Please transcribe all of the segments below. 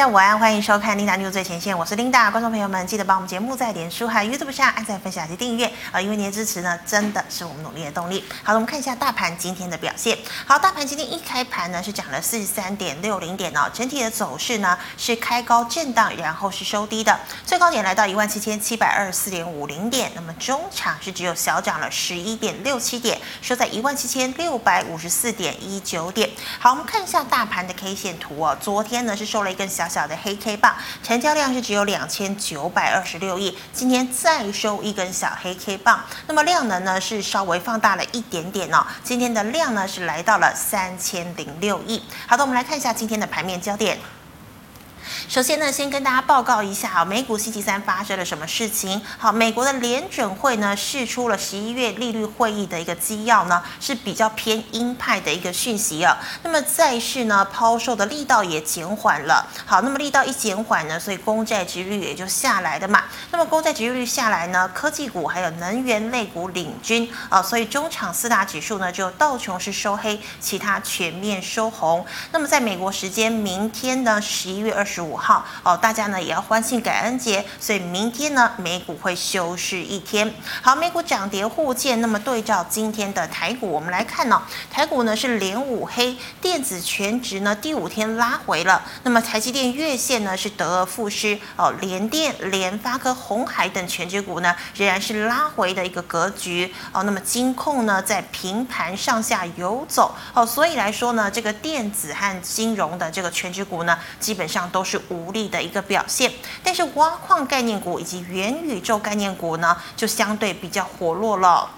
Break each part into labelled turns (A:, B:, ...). A: 大家午安，欢迎收看《琳达 news 最前线》，我是琳达。观众朋友们，记得帮我们节目在脸书还有 YouTube 上按赞、分享及订阅，呃，因为您的支持呢，真的是我们努力的动力。好了，我们看一下大盘今天的表现。好，大盘今天一开盘呢是涨了四十三点六零点哦，整体的走势呢是开高震荡，然后是收低的，最高点来到一万七千七百二十四点五零点，那么中场是只有小涨了十一点六七点，收在一万七千六百五十四点一九点。好，我们看一下大盘的 K 线图哦，昨天呢是收了一根小。小的黑 K 棒，成交量是只有两千九百二十六亿，今天再收一根小黑 K 棒，那么量能呢是稍微放大了一点点哦，今天的量呢是来到了三千零六亿。好的，我们来看一下今天的盘面焦点。首先呢，先跟大家报告一下啊，美股星期三发生了什么事情？好，美国的联准会呢，释出了十一月利率会议的一个纪要呢，是比较偏鹰派的一个讯息啊。那么债市呢，抛售的力道也减缓了。好，那么力道一减缓呢，所以公债值率也就下来的嘛。那么公债值率下来呢，科技股还有能源类股领军啊，所以中场四大指数呢，只有道琼是收黑，其他全面收红。那么在美国时间明天呢，十一月二十。五号哦，大家呢也要欢庆感恩节，所以明天呢美股会休市一天。好，美股涨跌互见，那么对照今天的台股，我们来看哦，台股呢是连五黑，电子全值呢第五天拉回了，那么台积电月线呢是得而复失哦，联电、联发科、红海等全指股呢仍然是拉回的一个格局哦，那么金控呢在平盘上下游走哦，所以来说呢这个电子和金融的这个全指股呢基本上都是。是无力的一个表现，但是挖矿概念股以及元宇宙概念股呢，就相对比较活络了。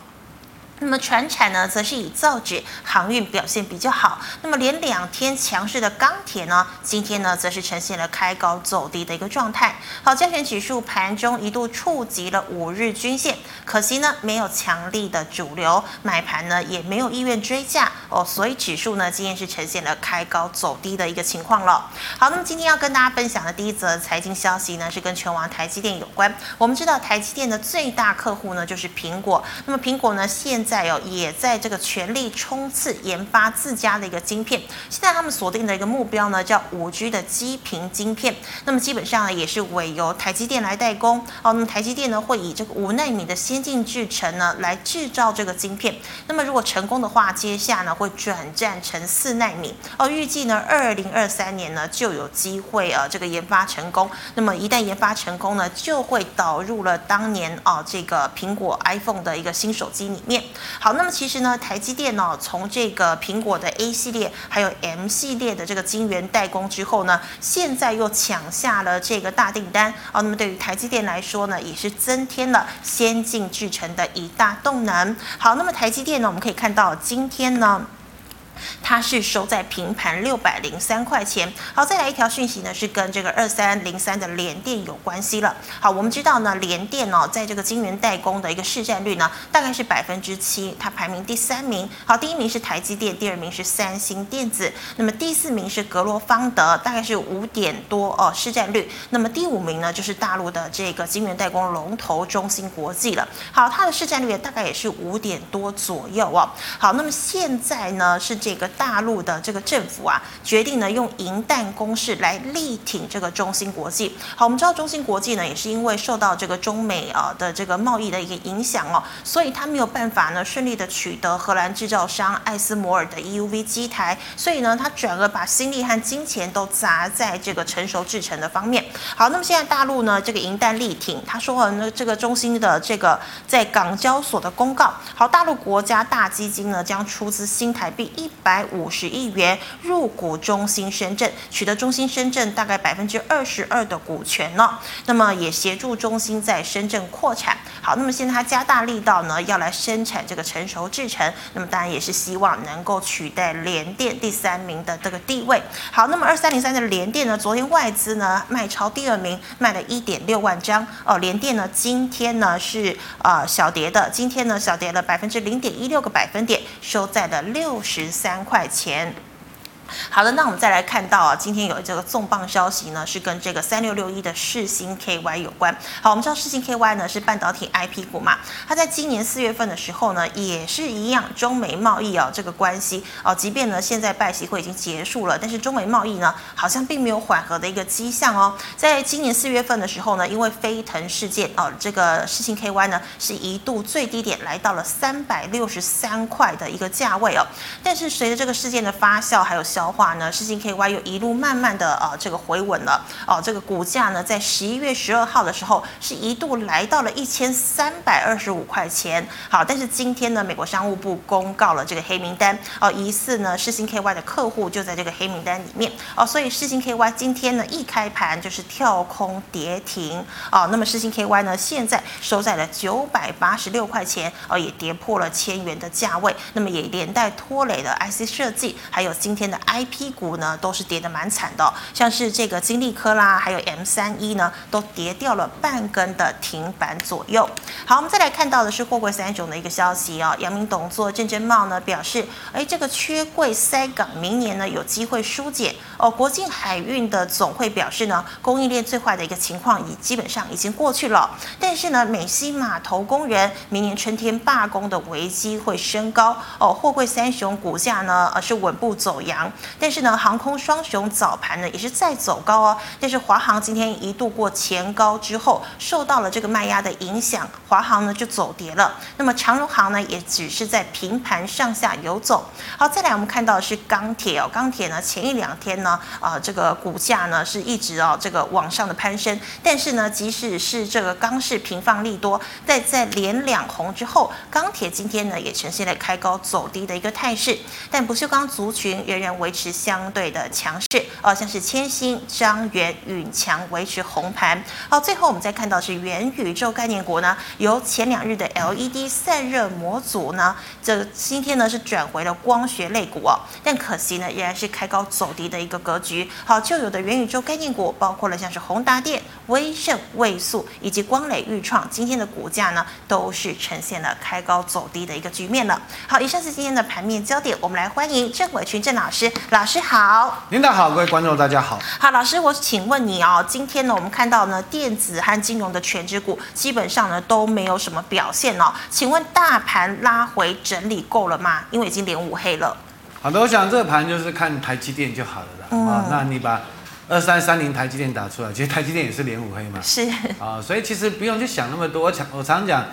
A: 那么船产呢，则是以造纸、航运表现比较好。那么连两天强势的钢铁呢，今天呢，则是呈现了开高走低的一个状态。好，加权指数盘中一度触及了五日均线，可惜呢，没有强力的主流买盘呢，也没有意愿追价哦，所以指数呢，今天是呈现了开高走低的一个情况了。好，那么今天要跟大家分享的第一则财经消息呢，是跟全网台积电有关。我们知道台积电的最大客户呢，就是苹果。那么苹果呢，现在在哦，也在这个全力冲刺研发自家的一个晶片。现在他们锁定的一个目标呢，叫五 G 的基频晶片。那么基本上呢，也是委由台积电来代工哦。那么台积电呢，会以这个五纳米的先进制程呢，来制造这个晶片。那么如果成功的话，接下呢会转战成四纳米哦。预计呢，二零二三年呢就有机会呃这个研发成功。那么一旦研发成功呢，就会导入了当年哦这个苹果 iPhone 的一个新手机里面。好，那么其实呢，台积电呢、哦，从这个苹果的 A 系列还有 M 系列的这个晶圆代工之后呢，现在又抢下了这个大订单哦。那么对于台积电来说呢，也是增添了先进制程的一大动能。好，那么台积电呢，我们可以看到今天呢。它是收在平盘六百零三块钱。好，再来一条讯息呢，是跟这个二三零三的联电有关系了。好，我们知道呢，联电哦，在这个晶圆代工的一个市占率呢，大概是百分之七，它排名第三名。好，第一名是台积电，第二名是三星电子，那么第四名是格罗方德，大概是五点多哦市占率。那么第五名呢，就是大陆的这个晶圆代工龙头中芯国际了。好，它的市占率大概也是五点多左右哦。好，那么现在呢是这個。这个大陆的这个政府啊，决定呢用银弹攻势来力挺这个中芯国际。好，我们知道中芯国际呢，也是因为受到这个中美啊的这个贸易的一个影响哦，所以它没有办法呢顺利的取得荷兰制造商艾斯摩尔的 EUV 机台，所以呢，它转而把心力和金钱都砸在这个成熟制成的方面。好，那么现在大陆呢，这个银弹力挺，他说呢，这个中芯的这个在港交所的公告，好，大陆国家大基金呢将出资新台币一。百五十亿元入股中心深圳，取得中心深圳大概百分之二十二的股权了、哦。那么也协助中心在深圳扩产。好，那么现在它加大力道呢，要来生产这个成熟制程。那么当然也是希望能够取代联电第三名的这个地位。好，那么二三零三的联电呢，昨天外资呢卖超第二名，卖了一点六万张。哦，联电呢今天呢是呃小跌的，今天呢小跌了百分之零点一六个百分点，收在了六十三。三块钱。好的，那我们再来看到啊，今天有这个重磅消息呢，是跟这个三六六一的世星 KY 有关。好，我们知道世星 KY 呢是半导体 IP 股嘛，它在今年四月份的时候呢，也是一样，中美贸易啊这个关系啊，即便呢现在拜习会已经结束了，但是中美贸易呢好像并没有缓和的一个迹象哦。在今年四月份的时候呢，因为飞腾事件啊，这个世星 KY 呢是一度最低点来到了三百六十三块的一个价位哦。但是随着这个事件的发酵还有消化呢，世星 KY 又一路慢慢的啊这个回稳了哦、这个股价呢在十一月十二号的时候是一度来到了一千三百二十五块钱。好，但是今天呢，美国商务部公告了这个黑名单哦、疑似呢世星 KY 的客户就在这个黑名单里面哦、所以世星 KY 今天呢一开盘就是跳空跌停哦、那么世星 KY 呢现在收在了九百八十六块钱哦、也跌破了千元的价位，那么也连带拖累了 IC 设计，还有今天的 IP 股呢，都是跌得蛮惨的哦、像是这个金利科啦，还有 M 三一呢，都跌掉了半根的停板左右。好，我们再来看到的是货柜三雄的一个消息哦，杨明董做证券茂呢表示，哎，这个缺柜塞港明年呢有机会疏解哦。国际海运的总会表示呢，供应链最坏的一个情况已基本上已经过去了，但是呢，美西码头工人明年春天罢工的危机会升高哦。货柜三雄股价呢，呃是稳步走扬，但是呢，航空双雄早盘呢也是再走高哦。但是华航今天一度过前高之后，受到了这个卖压的影响，华航呢就走跌了。那么长荣航呢，也只是在平盘上下游走。好，再来我们看到的是钢铁哦，钢铁呢前一两天呢，啊、这个股价呢是一直哦这个往上的攀升，但是呢，即使是这个钢市平放利多，在在连两红之后，钢铁今天呢也呈现了开高走低的一个态势，但不锈钢族群仍然维持相对的强势，呃，像是千星、张元、允强维持红盘。好、最后我们再看到是元宇宙概念股呢，由前两日的 LED 散热模组呢，这今天呢是转回了光学类股哦，但可惜呢仍然是开高走低的一个格局。好，旧有的元宇宙概念股包括了像是宏达电、威盛、位速以及光磊、裕创，今天的股价呢都是呈现了开高走低的一个局面了。好，以上是今天的盘面焦点，我们来欢迎郑伟群郑老师，老师好。
B: 领导好，各位观众大家好。
A: 好，老师，我请问你哦，今天呢，我们看到呢，电子和金融的全指股基本上呢都没有什么表现哦。请问大盘拉回整理够了吗？因为已经连五黑 了。
B: 好的，我想这个盘就是看台积电就好了啦。啊、
A: 嗯
B: 那你把二三三零台积电打出来，其实台积电也是连五黑嘛。
A: 是，
B: 啊、所以其实不用去想那么多。我常我常讲，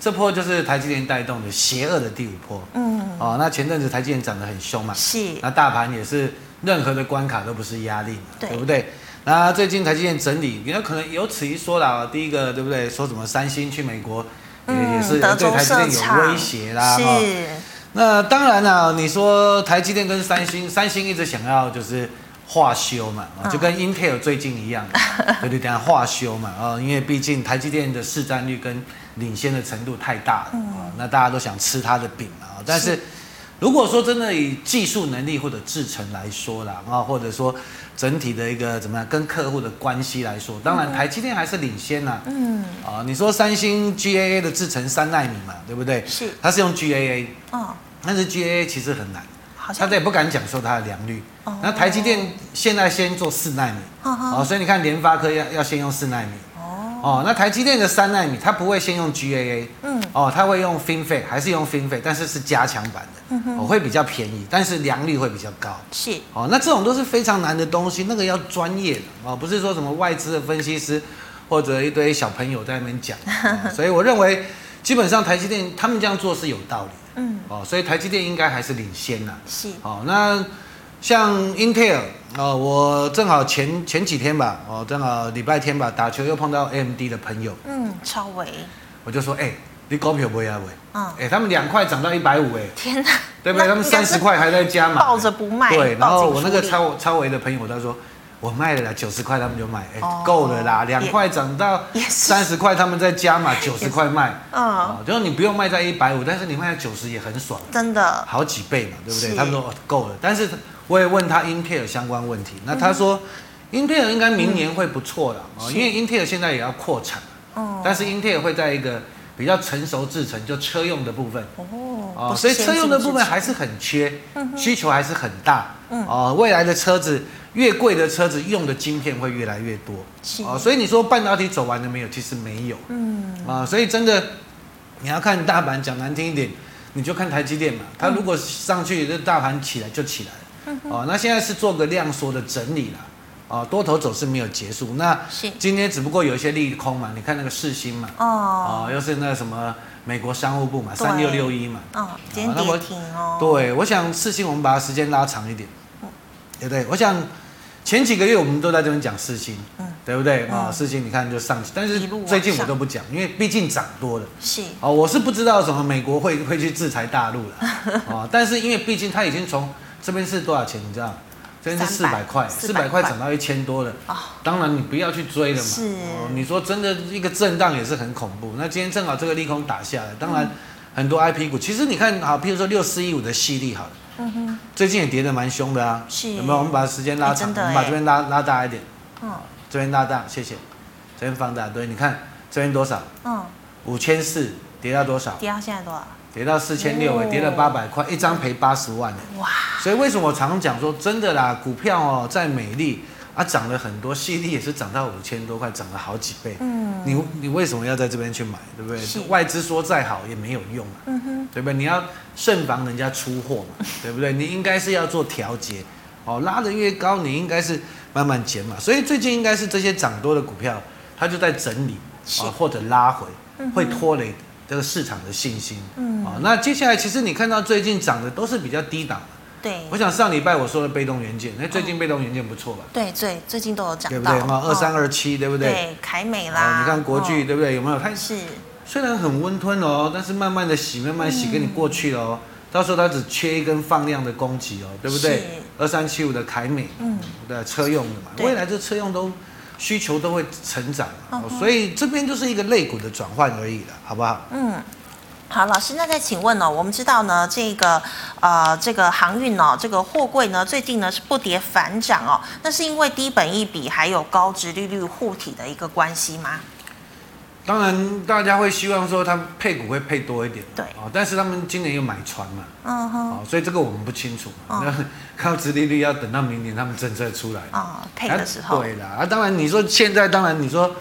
B: 这波就是台积电带动的邪恶的第五波。
A: 嗯，
B: 哦，那前阵子台积电涨得很凶嘛，
A: 是，
B: 那大盘也是任何的关卡都不是压力嘛，
A: 对
B: 不对？那最近台积电整理，有可能有此一说啦。哦第一个，对不对？说什么三星去美国，也也是
A: 嗯德州
B: 对台积
A: 设
B: 电
A: 厂
B: 有威胁啦。哦哈
A: 是，
B: 那当然啦、你说台积电跟三星，三星一直想要就是化修嘛，哦
A: 嗯
B: 就跟 Intel 最近一样， 对对对，化修嘛，哦，因为毕竟台积电的市占率跟领先的程度太大了，
A: 嗯
B: 哦，那大家都想吃它的饼嘛，哦但是。如果说真的以技术能力或者制程来说啦，啊，或者说整体的一个怎么样跟客户的关系来说，当然台积电还是领先啦、
A: 嗯，
B: 啊，你说三星 GAA 的制程三纳米嘛，对不对？
A: 是，
B: 它是用 GAA，
A: 哦，
B: 但是 GAA 其实很难，
A: 好
B: 他
A: 像
B: 也不敢讲说它的良率
A: 哦。
B: 那台积电现在先做四纳米，
A: 哈哈
B: 哦，所以你看联发科要要先用四纳米，
A: 哦，
B: 哦，那台积电的三纳米它不会先用 GAA，
A: 嗯，
B: 哦，它会用 FinFET，还是用 FinFET，但是是加强版
A: 嗯
B: 的，哦，会比较便宜，但是良率会比较高。
A: 是，
B: 哦，那这种都是非常难的东西，那个要专业的哦，不是说什么外资的分析师或者一堆小朋友在那边讲、哦所以我认为基本上台积电他们这样做是有道理的。
A: 嗯，
B: 哦，所以台积电应该还是领先啦。
A: 是，
B: 哦，那像 Intel 哦，我正好前前几天吧，哦，正好礼拜天吧，打球又碰到 AMD 的朋友，
A: 嗯，超维，
B: 我就说，哎、你股票不要喂，
A: 嗯
B: 哎、他们两块涨到一百五，哎，
A: 天哪，
B: 对不对？
A: 那
B: 他们
A: 应该
B: 三
A: 是
B: 十块还在加嘛，
A: 抱着不卖，
B: 对，然
A: 抱
B: 后
A: 紧
B: 我那个
A: 处理
B: 超超维的朋友他说，我卖了啦，九十块他们就买，哎、
A: 哦
B: 够了啦，
A: 也
B: 两块涨到
A: 也是
B: 三十块，他们再加嘛，九十块卖，
A: 嗯，
B: 啊、就是你不用卖在一百五，但是你卖在九十也很爽，
A: 真的，
B: 好几倍嘛，对不对？
A: 是
B: 他们说哦够了，但是我也问他英特尔相关问题，那他说。英特尔应该明年会不错的哦，
A: 嗯是
B: 因为英特尔现在也要扩产，
A: 嗯，
B: 但是英特尔会在一个比较成熟制成，就车用的部分，
A: 哦，不
B: 哦，
A: 是
B: 所以车用的
A: 先进制嗯
B: 部分
A: 程
B: 还是很缺，需求还是很大。
A: 嗯
B: 哦，未来的车子越贵的车子用的晶片会越来越多
A: 是。
B: 哦，所以你说半导体走完了没有？其实没有。
A: 嗯，
B: 啊，所以真的你要看大盘，讲难听一点，你就看台积电嘛，
A: 嗯
B: 它如果上去，这大盘起来就起来了。哦，那现在是做个量缩的整理啦。哦，多头走势没有结束，那
A: 是
B: 今天只不过有一些利空嘛，你看那个世星嘛，
A: 哦
B: 哦，又是那什么美国商务部嘛，
A: 对
B: 三六六一嘛，
A: 哦，今天
B: 那
A: 跌
B: 我
A: 停哦，
B: 对，我想世星我们把它时间拉长一点，对不对？我想前几个月我们都在这边讲世星，
A: 嗯
B: 对不对？啊、
A: 嗯
B: 世星你看就上去，但是
A: 一路往
B: 最近我
A: 上
B: 都不讲，因为毕竟涨多了。
A: 是
B: 哦，我是不知道什么美国会会去制裁大陆了， 哦，但是因为毕竟它已经从这边是多少钱，你知道？这边是四百
A: 300
B: 块，四百块涨到一千多了，
A: 啊，
B: 当然你不要去追了嘛。
A: 是
B: 哦，你说真的，一个震荡也是很恐怖。那今天正好这个利空打下来，当然很多 I P 股，其实你看好，譬如说六四一五的犀利好了，
A: 嗯哼，
B: 最近也跌得蛮凶的啊，
A: 是
B: 有没有？我们把时间拉
A: 哎
B: 长，
A: 真的
B: 我们把
A: 哎
B: 这边拉拉大一点，
A: 嗯
B: 这边拉大，谢谢，这边放大，对，你看这边多少？
A: 嗯，
B: 五千四跌到多少？
A: 跌到现在多少？
B: 跌到四千六，跌了八百块，一张赔八十万。
A: 哦哇，
B: 所以为什么我常讲说，真的啦，股票哦，在美丽啊涨了很多，犀利也是涨到五千多块，涨了好几倍。
A: 嗯
B: 你你为什么要在这边去买，对不
A: 是
B: 对？外资说再好也没有用啊，
A: 嗯哼，
B: 对不对？你要慎防人家出货嘛， 对不对？你应该是要做调节，哦，拉得越高，你应该是慢慢减嘛。所以最近应该是这些涨多的股票，它就在整理
A: 是
B: 啊、或者拉回
A: 嗯哼，
B: 会拖累这个市场的信心。
A: 嗯，
B: 哦，那接下来其实你看到最近涨的都是比较低档的，
A: 对
B: 我想上礼拜我说的被动元件，那最近被动元件不错吧？
A: 对最最近都有哦涨
B: 对不
A: 到
B: 对？啊，二三
A: 哦
B: 二七，对不对？
A: 对凯美
B: 哦
A: 啦，
B: 你看国巨
A: 哦
B: 对不对？有没有？它
A: 是
B: 虽然很温吞哦，但是慢慢的洗，慢慢
A: 嗯
B: 洗，跟你过去了哦。到时候它只缺一根放量的供给哦，对不
A: 是
B: 对？二三七五的凯美，
A: 嗯
B: 对，车用的嘛，
A: 对
B: 未来这车用都需求都会成长嘛，
A: 嗯
B: 哦
A: 哼
B: 所以这边就是一个类股的转换而已了，好不好？
A: 嗯。好，老师，那再请问呢、哦我们知道呢，这个呃，这个航运哦，这个货柜呢，最近呢是不跌反涨哦，那是因为低本益比还有高值利率护体的一个关系吗？
B: 当然，大家会希望说它配股会配多一点，
A: 对
B: 哦，但是他们今年又买船嘛，
A: 嗯哦哼，
B: 哦，所以这个我们不清楚嘛，那、 靠殖利率要等到明年他们政策出来
A: 啊、配的时
B: 啊
A: 候，
B: 对啦，啊，当然你说现在当然你说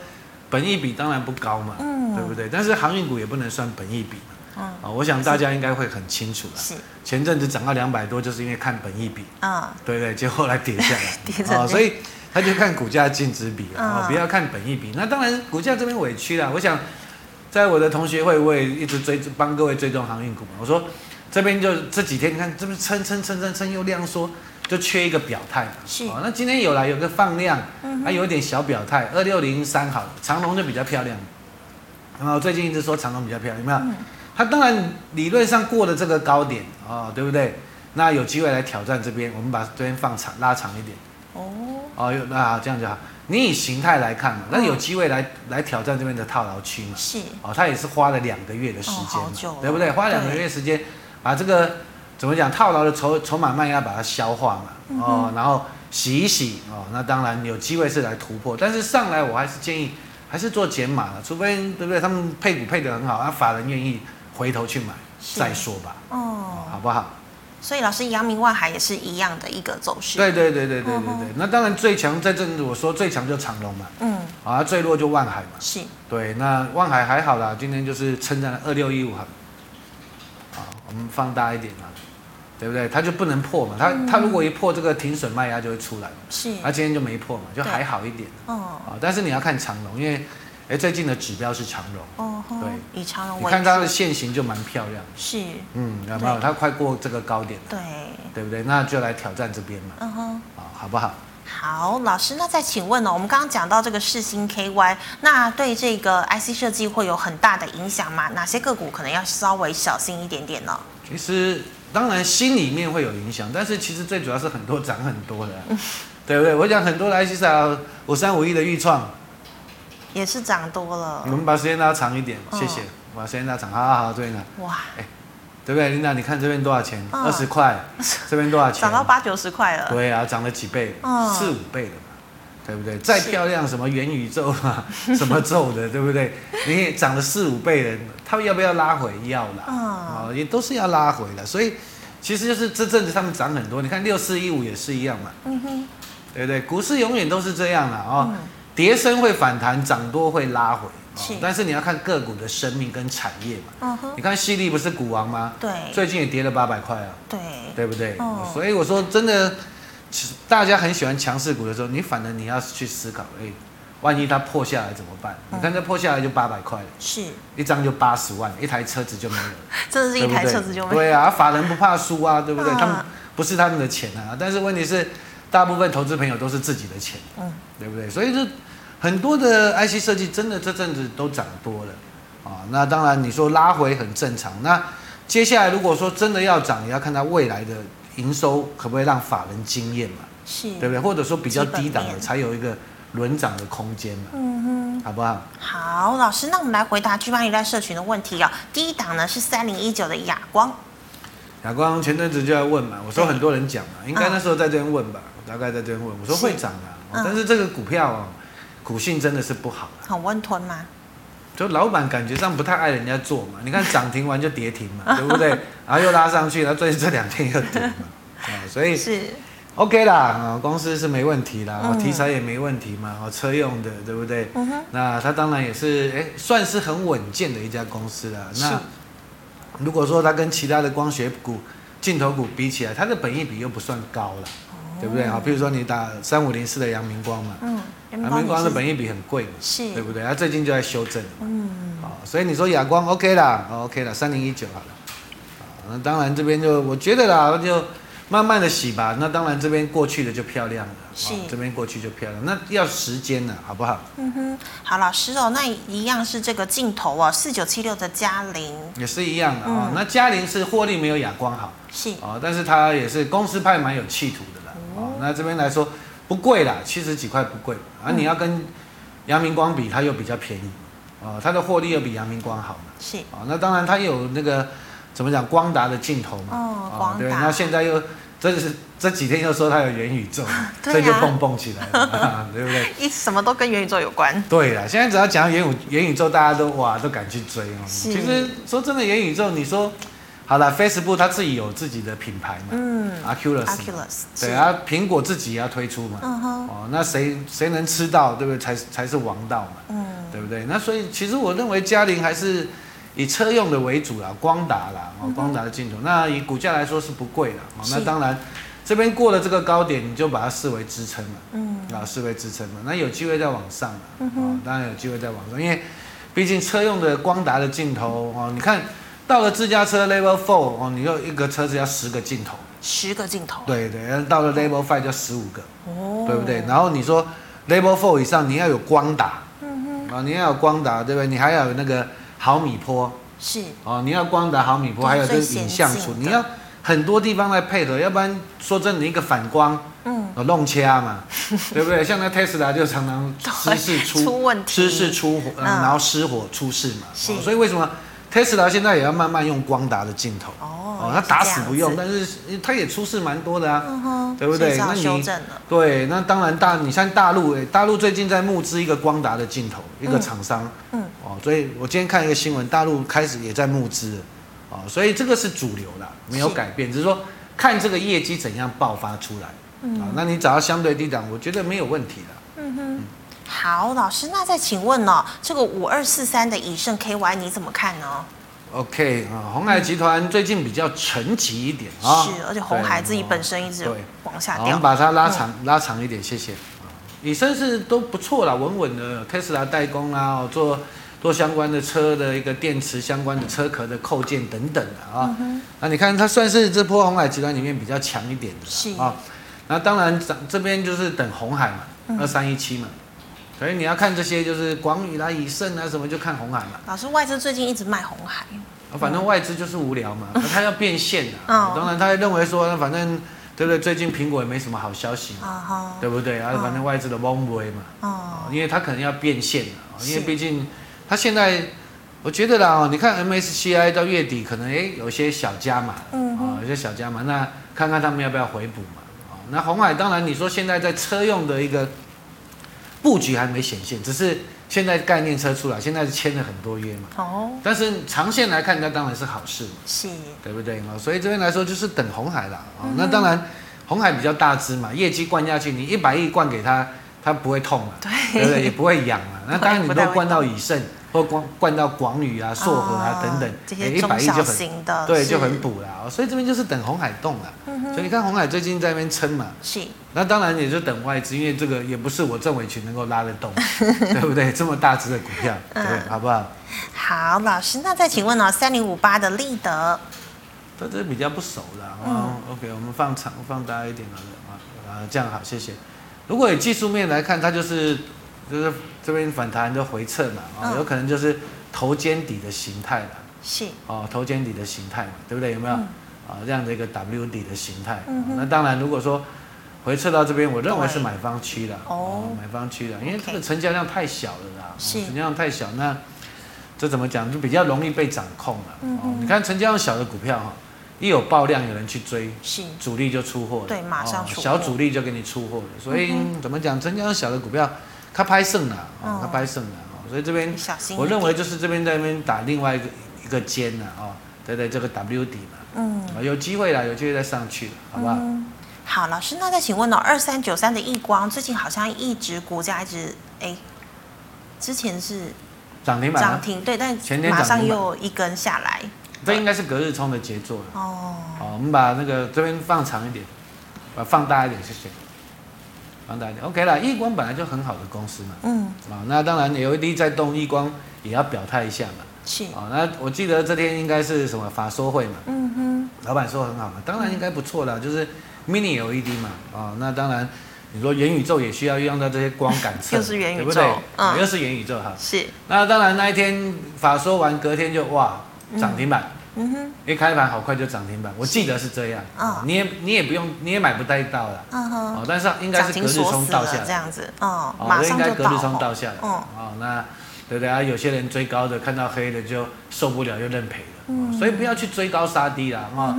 B: 本益比当然不高嘛，
A: 嗯
B: 对不对？但是航运股也不能算本益比嘛，
A: 嗯，
B: 啊、我想大家应该会很清楚啦。
A: 是，
B: 前阵子涨到两百多，就是因为看本益比，
A: 嗯，
B: 对不对？结果后来跌下 来哦
A: 跌成这样
B: 所以他就看股价净值比啊、
A: 嗯
B: 哦，不要看本益比。那当然股价这边委屈啦，我想在我的同学会，我也一直追帮各位追踪航运股嘛。我说这边就这几天你看这边撑撑撑撑撑又量缩，就缺一个表态嘛。
A: 是
B: 哦，那今天有来有个放量，还、有一点小表态，二六零三好了，长龙就比较漂亮。那么我最近一直说长龙比较漂亮，有没有？它当然理论上过了这个高点啊、哦，对不对？那有机会来挑战这边，我们把这边放长拉长一点
A: 哦，
B: 哦，有那好这样就好。你以形态来看嘛，那
A: 嗯
B: 有机会来来挑战这边的套牢区嘛。
A: 是，
B: 哦，他也是花了两个月的时间
A: 哦好久
B: 嘛
A: 了，
B: 对不对？花两个月时间把这个怎么讲套牢的筹筹码卖压把它消化
A: 嗯
B: 嘛，哦，然后洗一洗哦，那当然有机会是来突破，但是上来我还是建议还是做减码了，除非对不对？他们配股配得很好，那法人愿意回头去买
A: 是
B: 再说吧，哦，
A: 哦，
B: 好不好？
A: 所以老师，阳明万海也是一样的一个走势，，
B: 对对对对对对
A: 嗯
B: 对，那当然最强在阵子我说最强就长隆嘛，
A: 嗯，
B: 啊最弱就万海嘛，
A: 是，
B: 对，那万海还好啦，今天就是撑在二六一五哈，啊，我们放大一点嘛，对不对？它就不能破嘛，它、
A: 嗯
B: 它如果一破这个停损卖压就会出来嘛，
A: 是，
B: 它今天就没破嘛，就还好一点
A: 嗯哦，
B: 啊。但是你要看长龙，因为哎最近的指标是长龙，
A: 哦吼，
B: 对
A: 以长荣
B: 你
A: 为
B: 看它的
A: 主
B: 线型就蛮漂亮的，
A: 是，
B: 嗯，有没有？
A: 对
B: 它快过这个高点了，
A: 对，
B: 对不对？那就来挑战这边嘛，
A: 嗯哼。
B: 啊，好不好？
A: 好，老师，那再请问呢、哦我们刚刚讲到这个世星 KY，那对这个 IC 设计会有很大的影响吗？哪些个股可能要稍微小心一点点呢？
B: 其实当然心里面会有影响，但是其实最主要是很多涨很多的啊、 对不对？我讲很多的 IC 赛五三五一的预创，
A: 也是涨多
B: 我
A: 了，
B: 们把时间拉长一点，
A: 嗯
B: 谢谢，我把时间拉长，好好好，对呢，
A: 哇，
B: 对不对？琳达，你看这边多少钱？
A: 嗯
B: 二十块，这边多少钱？
A: 涨到八九十块了，
B: 对啊，涨了几倍
A: 呃嗯，
B: 四五倍了嘛，对不对？再漂亮什么元宇宙 啊，什么宙的，对不对？你也涨了四五倍了，他们要不要拉回？要啦，
A: 嗯
B: 啊、也都是要拉回的。所以其实就是这阵子他们涨很多，你看六四一五也是一样嘛，
A: 嗯哼，
B: 对不对？股市永远都是这样啦，哦，
A: 嗯
B: 跌升会反弹，涨多会拉回。哦
A: 是
B: 但是你要看个股的生命跟产业嘛。
A: 嗯哼，
B: 你看犀利不是股王吗？
A: 对
B: 最近也跌了八百块啊。
A: 对，
B: 对不对？
A: 哦
B: 所以我说真的，其实大家很喜欢强势股的时候，你反而你要去思考，哎，万一它破下来怎么办？
A: 嗯
B: 你看这破下来就八百块了，
A: 是，
B: 一张就八十万，一台车子就没有了，
A: 真的是一台
B: 对不对
A: 车子就没有，
B: 对啊，法人不怕输啊，对不对？
A: 嗯
B: 他们不是他们的钱啊，但是问题是，大部分投资朋友都是自己的钱，
A: 嗯
B: 对不对？所以这很多的 IC 设计真的这阵子都涨多了啊、那当然你说拉回很正常。那接下来如果说真的要涨，也要看它未来的营收可不可以让法人惊艳嘛，
A: 是，
B: 对不对？或者说比较低
A: 基
B: 档
A: 本面
B: 的才有一个轮涨的空间嘛，
A: 嗯哼。
B: 好不好？
A: 好，老师，那我们来回答居邦一代社群的问题哦。第一档呢是三零一九的哑光，
B: 亚光前阵子就在问嘛，我说很多人讲嘛，应该那时候在这边问吧，大概在这边问，我说
A: 嗯是
B: 会涨啊，
A: 嗯
B: 哦但是这个股票哦，股性真的是不好啊，
A: 很温吞吗？
B: 就老板感觉上不太爱人家做嘛，你看涨停完就跌停 嘛，对不对？然后又拉上去，然后最近这两天又跌嘛，啊，所以
A: 是，
B: OK 啦，啊，公司是没问题啦，哦
A: 嗯
B: 题材也没问题嘛，哦，车用的，对不对？
A: 嗯哼，
B: 那它当然也是，哎，算是很稳健的一家公司啦。
A: 是
B: 那如果说它跟其他的光学股、镜头股比起来，它的本益比又不算高了，
A: 哦
B: 对不对？好，比如说你打三五零四的阳明光嘛，
A: 嗯，人民
B: 阳
A: 光
B: 明光
A: 也
B: 的
A: 是
B: 本益比很贵嘛，
A: 是
B: 对不对？它最近就在修正，
A: 嗯，
B: 哦，所以你说亚光 OK 啦、哦、，OK 啦，三零一九好了。啊那当然这边就我觉得啦，就慢慢的洗吧。那当然这边过去的就漂亮了，哦
A: 是
B: 这边过去就漂亮。那要时间呢，好不好？
A: 嗯哼，好，老师哦，那一样是这个镜头哦，四九七六的嘉玲
B: 也是一样的啊、
A: 嗯
B: 那嘉玲是获利没有亚光好
A: 是，
B: 啊、哦但是它也是公司派蛮有企图的啦。哦，那这边来说不贵啦，七十几块不贵啊。
A: 嗯
B: 你要跟阳明光比，它又比较便宜啊、哦它的获利又比阳明光好嘛。
A: 是，
B: 啊、那当然它有那个怎么讲光达的镜头嘛，
A: 哦
B: 啊
A: 光达
B: 对，那现在又这是这几天又说它有元宇宙，
A: 对啊
B: 所以就蹦蹦起来了，啊 对不对？
A: 一什么都跟元宇宙有关，
B: 对啦，现在只要讲元宇元宇宙，大家都哇都敢去追哦。
A: 是
B: 其实说真的，元宇宙，你说好了，Facebook 它自己有自己的品牌嘛、
A: 嗯
B: a c u l u s
A: ，Oculus，
B: 对
A: 是，
B: 啊，苹果自己也要推出嘛，
A: 嗯哼，
B: 哦，那谁谁能吃到，对不对？才才是王道嘛。
A: 嗯，
B: 对不对？那所以其实我认为嘉陵还是以车用的为主啦，光达啦，哦，光达的镜头，那以股价来说是不贵啦，哦，那
A: 嗯是
B: 当然这边过了这个高点，你就把它视为支撑了，
A: 嗯，
B: 啊，视为支撑了，那有机会再往上了，
A: 嗯
B: 哦，当然有机会再往上，因为毕竟车用的光达的镜头哦，你看到了自家车 Level Four 哦，你又一个车子要十个镜头，
A: 十个镜头，
B: 对对，到了 Level Five 就十五个，
A: 哦
B: 对不对？？然后你说 Level Four 以上你要有光达。
A: 嗯哼，
B: 啊、你要有光达，对不对？你还要有那个毫米波
A: 是，
B: 哦，你要光达毫米波，
A: 对
B: 还有这个
A: 最先
B: 影像
A: 进
B: 处，
A: 的
B: 你要很多地方来配合，要不然说真的，你一个反光
A: 嗯，
B: 哦弄 掐嘛，对不对？像那 Tesla 就常常
A: 对
B: 失事出
A: 出问题
B: 失事出火，呃
A: 嗯
B: 然后失火出事嘛。哦
A: 是
B: 所以为什么 Tesla 现在也要慢慢用光达的镜头？
A: 哦
B: 它
A: 是
B: 打
A: 这
B: 死
A: 样
B: 不用，
A: 子
B: 但是它也出事蛮多的啊。
A: 嗯哼，
B: 对不
A: 所
B: 对
A: 以是要
B: 那你
A: 修正了，
B: 对，那当然大，你像大陆，诶大陆最近在募资一个光达的镜头，一个
A: 嗯
B: 厂商，
A: 嗯
B: 哦，所以我今天看一个新闻，大陆开始也在募资了，哦，所以这个是主流啦，没有
A: 是
B: 改变，只是说看这个业绩怎样爆发出来，
A: 嗯
B: 啊、那你找到相对低档，我觉得没有问题啦。
A: 嗯哼，好，老师，那再请问哦，这个五二四三的以盛 KY 你怎么看呢？
B: OK 啊、红海集团最近比较沉寂一点啊，
A: 是，而且红海自己本身一直
B: 对
A: 往
B: 对
A: 下
B: 好我们
A: 掉，嗯
B: 把它拉长、拉长一点，谢谢。啊以身是都不错啦，稳稳的，特斯拉代工啦、哦做做相关的车的一个电池相关的车壳的扣件等等的啊。
A: 嗯
B: 那你看它算是这波红海集团里面比较强一点的啦
A: 是
B: 啊。那当然这这边就是等红海
A: 嗯
B: 嘛，二三一七嘛。所以你要看这些就是广宇啦、以盛啊什么，就看红海嘛。
A: 老师，外资最近一直卖红海，
B: 啊反正外资就是无 聊嘛，他要变现的、
A: 嗯哦
B: 当然，他认为说，那反正对不对？最近苹果也没什么好消息嘛，
A: 啊
B: 对不对？啊
A: 嗯，
B: 反正外资的翁不会嘛，
A: 哈，哦，
B: 因为他可能要变现了，哦因为
A: 是
B: 毕竟他现在，我觉得啦，哦你看 MSCI 到月底可能诶有些小加码，
A: 嗯
B: 啊，有些小加码，那哦看看他们要不要回补嘛，啊，那红海当然你说现在在车用的一个布局还没显现，只是现在概念车出来，现在是签了很多约嘛。
A: 哦，
B: 但是长线来看，那当然是好事嘛，
A: 是，
B: 对不对嘛？所以这边来说就是等红海啦。
A: 嗯
B: 哦，那当然，红海比较大只嘛，业绩灌下去，你一百亿灌给他，他不会痛嘛，对不对？也不会痒 嘛。那当然，你
A: 不太
B: 都
A: 会
B: 灌到以盛或灌灌到广宇啊、硕和啊等等
A: 哦，这
B: 哎
A: 些
B: 一
A: 中
B: 百亿就
A: 小
B: 很
A: 型的，
B: 对，
A: 是嗯
B: 就很，补啦。哦所以这边就是等红海动啦。所以你看红海最近在那边撑嘛，
A: 是，
B: 那当然也就等外资，因为这个也不是我政委群能够拉得 动，对不对？这么大只的股票，对，
A: 嗯
B: 好不好？
A: 好，老师，那再请问哦，三零五八的立德，
B: 这这比较不熟的啊、哦 OK，我们放长放大一点好了啊，啊，这样好，谢谢。如果以技术面来看，它就是就是这边反弹就回撤嘛，啊、
A: 嗯
B: 有可能就是头肩底的形态了。
A: 是，
B: 哦，头肩底的形态嘛，对不对？有没有啊、这样的一个 W 底的形态、啊
A: 嗯哼
B: 那当然，如果说回撤到这边，我认为是
A: 对
B: 买方区了。
A: 哦
B: 买方区了，因为
A: OK
B: 这个成交量太小了啦，哦
A: 是
B: 成交量太小，那这怎么讲就比较容易被掌控了。
A: 嗯
B: 哦，你看成交量小的股票哈，一有爆量，有人去追。
A: 是，
B: 主力就出货了，啊
A: 对马上出货嗯
B: 小主力就给你出货了，所以、怎么讲，成交量小的股票，它拍剩了，哦
A: 哦，
B: 它拍剩了，哦，所以这边
A: 小心一点，
B: 我认为就是这边在那边打另外一个一个尖呐、哦，对对，这个 W 底嘛，
A: 嗯，
B: 啊有机会啦，有机会再上去，好不好？
A: 嗯好，老师，那再请问哦，二三九三的易光最近好像一直股价一直哎，之前是
B: 涨停板
A: 涨
B: 啊，
A: 停，对，但
B: 前天
A: 马
B: 涨
A: 上
B: 停板
A: 又一根下来，
B: 这应该是隔日冲的杰作了。
A: 哦，
B: 好，我们把那个这边放长一点，把放大一点，谢谢。放大一点，OK 啦。易光本来就很好的公司嘛，
A: 嗯，
B: 啊、那当然 LED 在动，易光也要表态一下嘛。
A: 是，
B: 啊、那我记得这天应该是什么法说会嘛，
A: 嗯哼，
B: 老板说很好嘛，当然应该不错
A: 嗯
B: 啦，就是 mini LED 嘛，啊、那当然，你说元宇宙也需要用到这些光感测，
A: 又是元宇宙
B: 对不对？
A: 嗯
B: 又是元宇宙哈。
A: 是，
B: 那当然那一天法说完，隔天就哇涨停板，
A: 嗯哼，
B: 一开盘好快就涨停板，我记得是这样，哦
A: 嗯
B: 你也你也不用你也买不太到了，
A: 嗯哼。
B: 哦，但是应该
A: 涨
B: 是隔
A: 停
B: 日
A: 锁
B: 冲
A: 死
B: 倒下
A: 了这
B: 来，
A: 样子，嗯，
B: 哦
A: 马
B: 这应
A: 上
B: 该
A: 就
B: 隔
A: 爆
B: 日冲
A: 红
B: 倒下来，
A: 嗯，
B: 哦，那对不对啊？有些人追高的看到黑的就受不了，就认赔了，
A: 嗯
B: 哦所以不要去追高杀低啦，啊、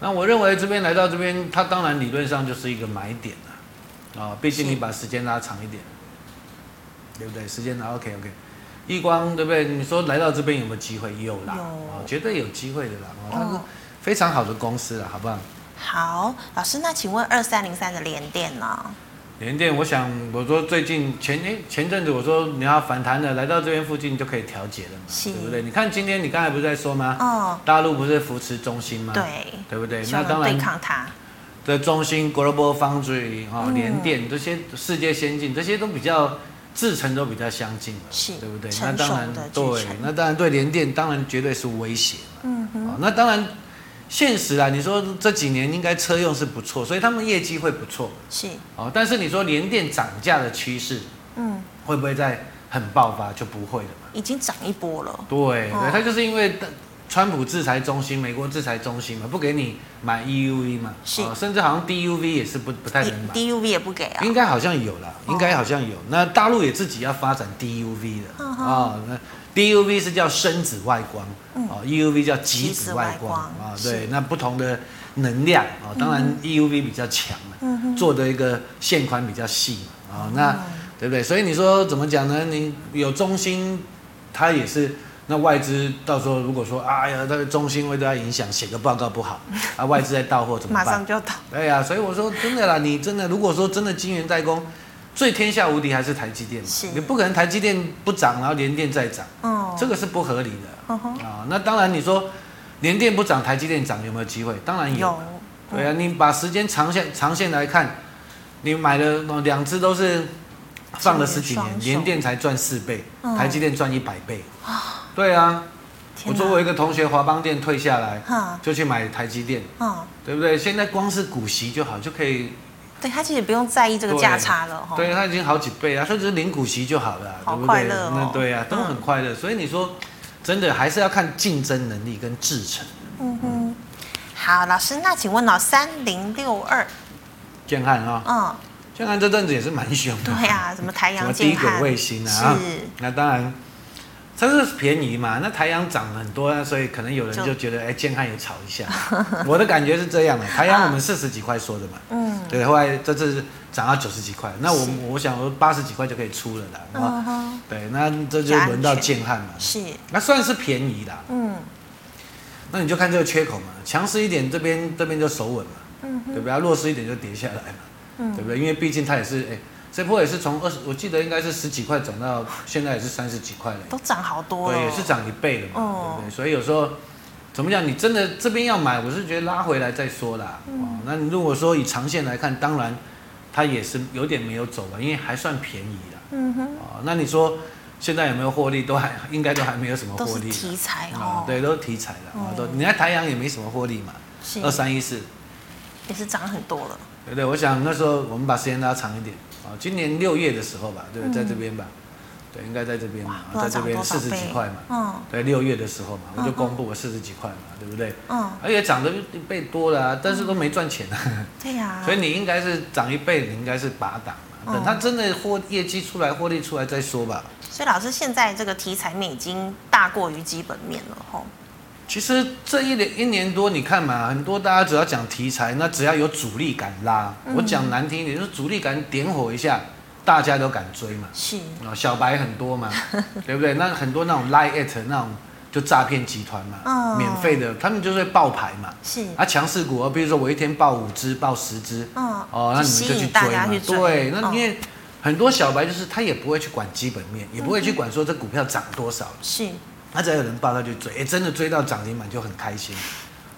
B: 那我认为这边来到这边，它当然理论上就是一个买点啦，啊、毕竟你把时间拉长一点，对不对？时间拉 OK OK，易光对不对？你说来到这边有没有机会？有啦，
A: 有
B: 哦，绝对有机会的啦，哦，它
A: 哦
B: 是非常好的公司啦，好不好？
A: 好，老师，那请问二三零三的联电呢？
B: 联电，我想我说最近前诶前阵子我说你要反弹了，来到这边附近就可以调节了嘛，
A: 是
B: 对不对？你看今天你刚才不是在说吗？
A: 哦，
B: 大陆不是扶持中兴吗？，
A: 对，
B: 对不啊对？
A: 希
B: 那
A: 望
B: 当
A: 对
B: 然，
A: 抗它，
B: 这中兴、Global Foundry 啊、
A: 嗯
B: 联电这些世界先进，这些都比较制程都比较相近了，
A: 是
B: 对不对？那
A: 成熟
B: 当然
A: 的制
B: 对
A: 程，
B: 那当然对联电当然绝对是威胁嘛。
A: 嗯哼，
B: 啊、那当然现实啊，你说这几年应该车用是不错，所以他们业绩会不错。
A: 是，
B: 哦，但是你说联电涨价的趋势
A: 嗯，
B: 会不会在很爆发？就不会了嘛。
A: 已经涨一波了，
B: 对，
A: 哦
B: 对，它就是因为川普制裁中心，美国制裁中心嘛，不给你买 EUV 嘛，哦
A: 是
B: 甚至好像 DUV 也是不不太能买，
A: DUV 也不给啊，
B: 应该好像有啦，
A: 哦
B: 应该好像有。那大陆也自己要发展 DUV 的
A: 嗯
B: 啊、
A: 哼
B: 哦那 DUV 是叫深紫外光，哦，EUV 叫极紫外
A: 嗯极紫外
B: 光
A: 光
B: 啊、
A: 是嗯
B: 对，那不同的能量啊、哦，当然 EUV 比较强嘛，做的一个线宽比较细嘛，啊、
A: 哦
B: 那对不对？所以你说怎么讲呢？你有中心，它也是。那外资到时候如果说，哎呀，那个中心会对它影响，写个报告不好，啊，外资在到货怎么
A: 马
B: 办？
A: 上就到，
B: 对呀、所以我说真的啦，你真的如果说真的晶圆代工，最天下无敌还是台积电嘛
A: 是，
B: 你不可能台积电不涨，然后联电再涨，
A: 嗯，
B: 这个是不合理的
A: 嗯哼，
B: 啊、那当然你说联电不涨，台积电涨有没有机会？当然有。
A: 有，
B: 对啊，你把时间长线长线来看，你买的哦两只都是放了十几
A: 双
B: 年，
A: 手
B: 联电才赚四倍，
A: 嗯
B: 台积电赚一百倍。对啊，我
A: 天哪
B: 作为一个同学，华邦电退下来，
A: 哈，
B: 就去买台积电。
A: 嗯，
B: 对不对？现在光是股息就好，就可以，
A: 对他其实不用在意这个价差了哈，
B: 对，它已经好几倍啊，甚至领股息就好了啊、
A: 哦好
B: 对不对？
A: 快乐哦嗯
B: 那对啊，都很快乐。所以你说，真的还是要看竞争能力跟制程。
A: 嗯哼，好，老师，那请问哦，三零六二，
B: 建汉啊、
A: 嗯，
B: 建汉这阵子也是蛮凶的，
A: 对啊，什么台
B: 什
A: 阳
B: 么低
A: 建
B: 轨
A: 汉
B: 卫星啊，
A: 是
B: 那当然。它是便宜嘛，那台阳涨很多啊，所以可能有人就觉得，哎，建汉也炒 一下。我的感觉是这样的，台阳我们四十几块说的嘛，
A: 嗯，
B: 对，后来这次涨到九十几块，那我
A: 是
B: 我想我八十几块就可以出了啦。
A: 嗯
B: 啊，
A: 哼，
B: 对，那这就轮到建汉嘛，
A: 是，
B: 那算是便宜啦。
A: 嗯
B: 那你就看这个缺口嘛，强势一点这边这边就守稳嘛，
A: 嗯
B: 对不对？弱势一点就跌下来嘛，对
A: 嗯，
B: 不对？因为毕竟它也是哎。这波也是从二十，我记得应该是十几块涨到现在也是三十几块了，
A: 都涨好多了，
B: 对，也是涨一倍了嘛，
A: 哦
B: 对不对？所以有时候怎么讲，你真的这边要买，我是觉得拉回来再说啦。
A: 嗯
B: 哦，那你如果说以长线来看，当然它也是有点没有走完，因为还算便宜啦。
A: 嗯哼，
B: 哦，那你说现在有没有获利？都还 应该都还没有什么
A: 都
B: 获
A: 是
B: 利啦。
A: 题材
B: 啊
A: 哦，，
B: 对，都是题材的
A: 哦
B: 啊，都你看台阳也没什么获利嘛，
A: 是
B: 二三一四，
A: 也是涨很多了，
B: 对不对？我想那时候我们把时间拉长一点啊，今年六月的时候吧，对，
A: 嗯
B: 在这边吧，对，应该在这边嘛，
A: 不知道
B: 在这
A: 涨
B: 边
A: 多少
B: 四十几
A: 倍
B: 块嘛，，
A: 嗯
B: 对，六月的时候嘛，我就
A: 嗯哼
B: 公布我四十几块嘛，对不对？
A: 嗯，
B: 而且涨得一倍多了啊、但是都没赚钱啊，
A: 对呀，
B: 所以你应该是涨一倍，你应该是拔档嘛，等它
A: 哦
B: 真的获业绩出来、获利出来再说吧。
A: 所以老师现在这个题材面已经大过于基本面了吼，
B: 其实这一年一年多，你看嘛，很多大家只要讲题材，那只要有主力敢拉，
A: 嗯
B: 我讲难听一点，就是主力敢点火一下，大家都敢追嘛。
A: 是，
B: 啊，小白很 多嘛，对不对？那很多那种 lie at 那种就诈骗集团嘛，
A: 嗯
B: 免费的，他们就是会爆牌嘛。
A: 是，
B: 啊，强势股，比如说我一天爆五只、爆十只，
A: 嗯，
B: 哦，那你们就
A: 吸
B: 去
A: 引大
B: 追
A: 家
B: 嘛。
A: 去追，
B: 对，那
A: 嗯
B: 因为很多小白就是他也不会去管基本面，也不会去管说这股票涨多少，
A: 是，
B: 那只要有人报他就追，哎，真的追到涨停板就很开心。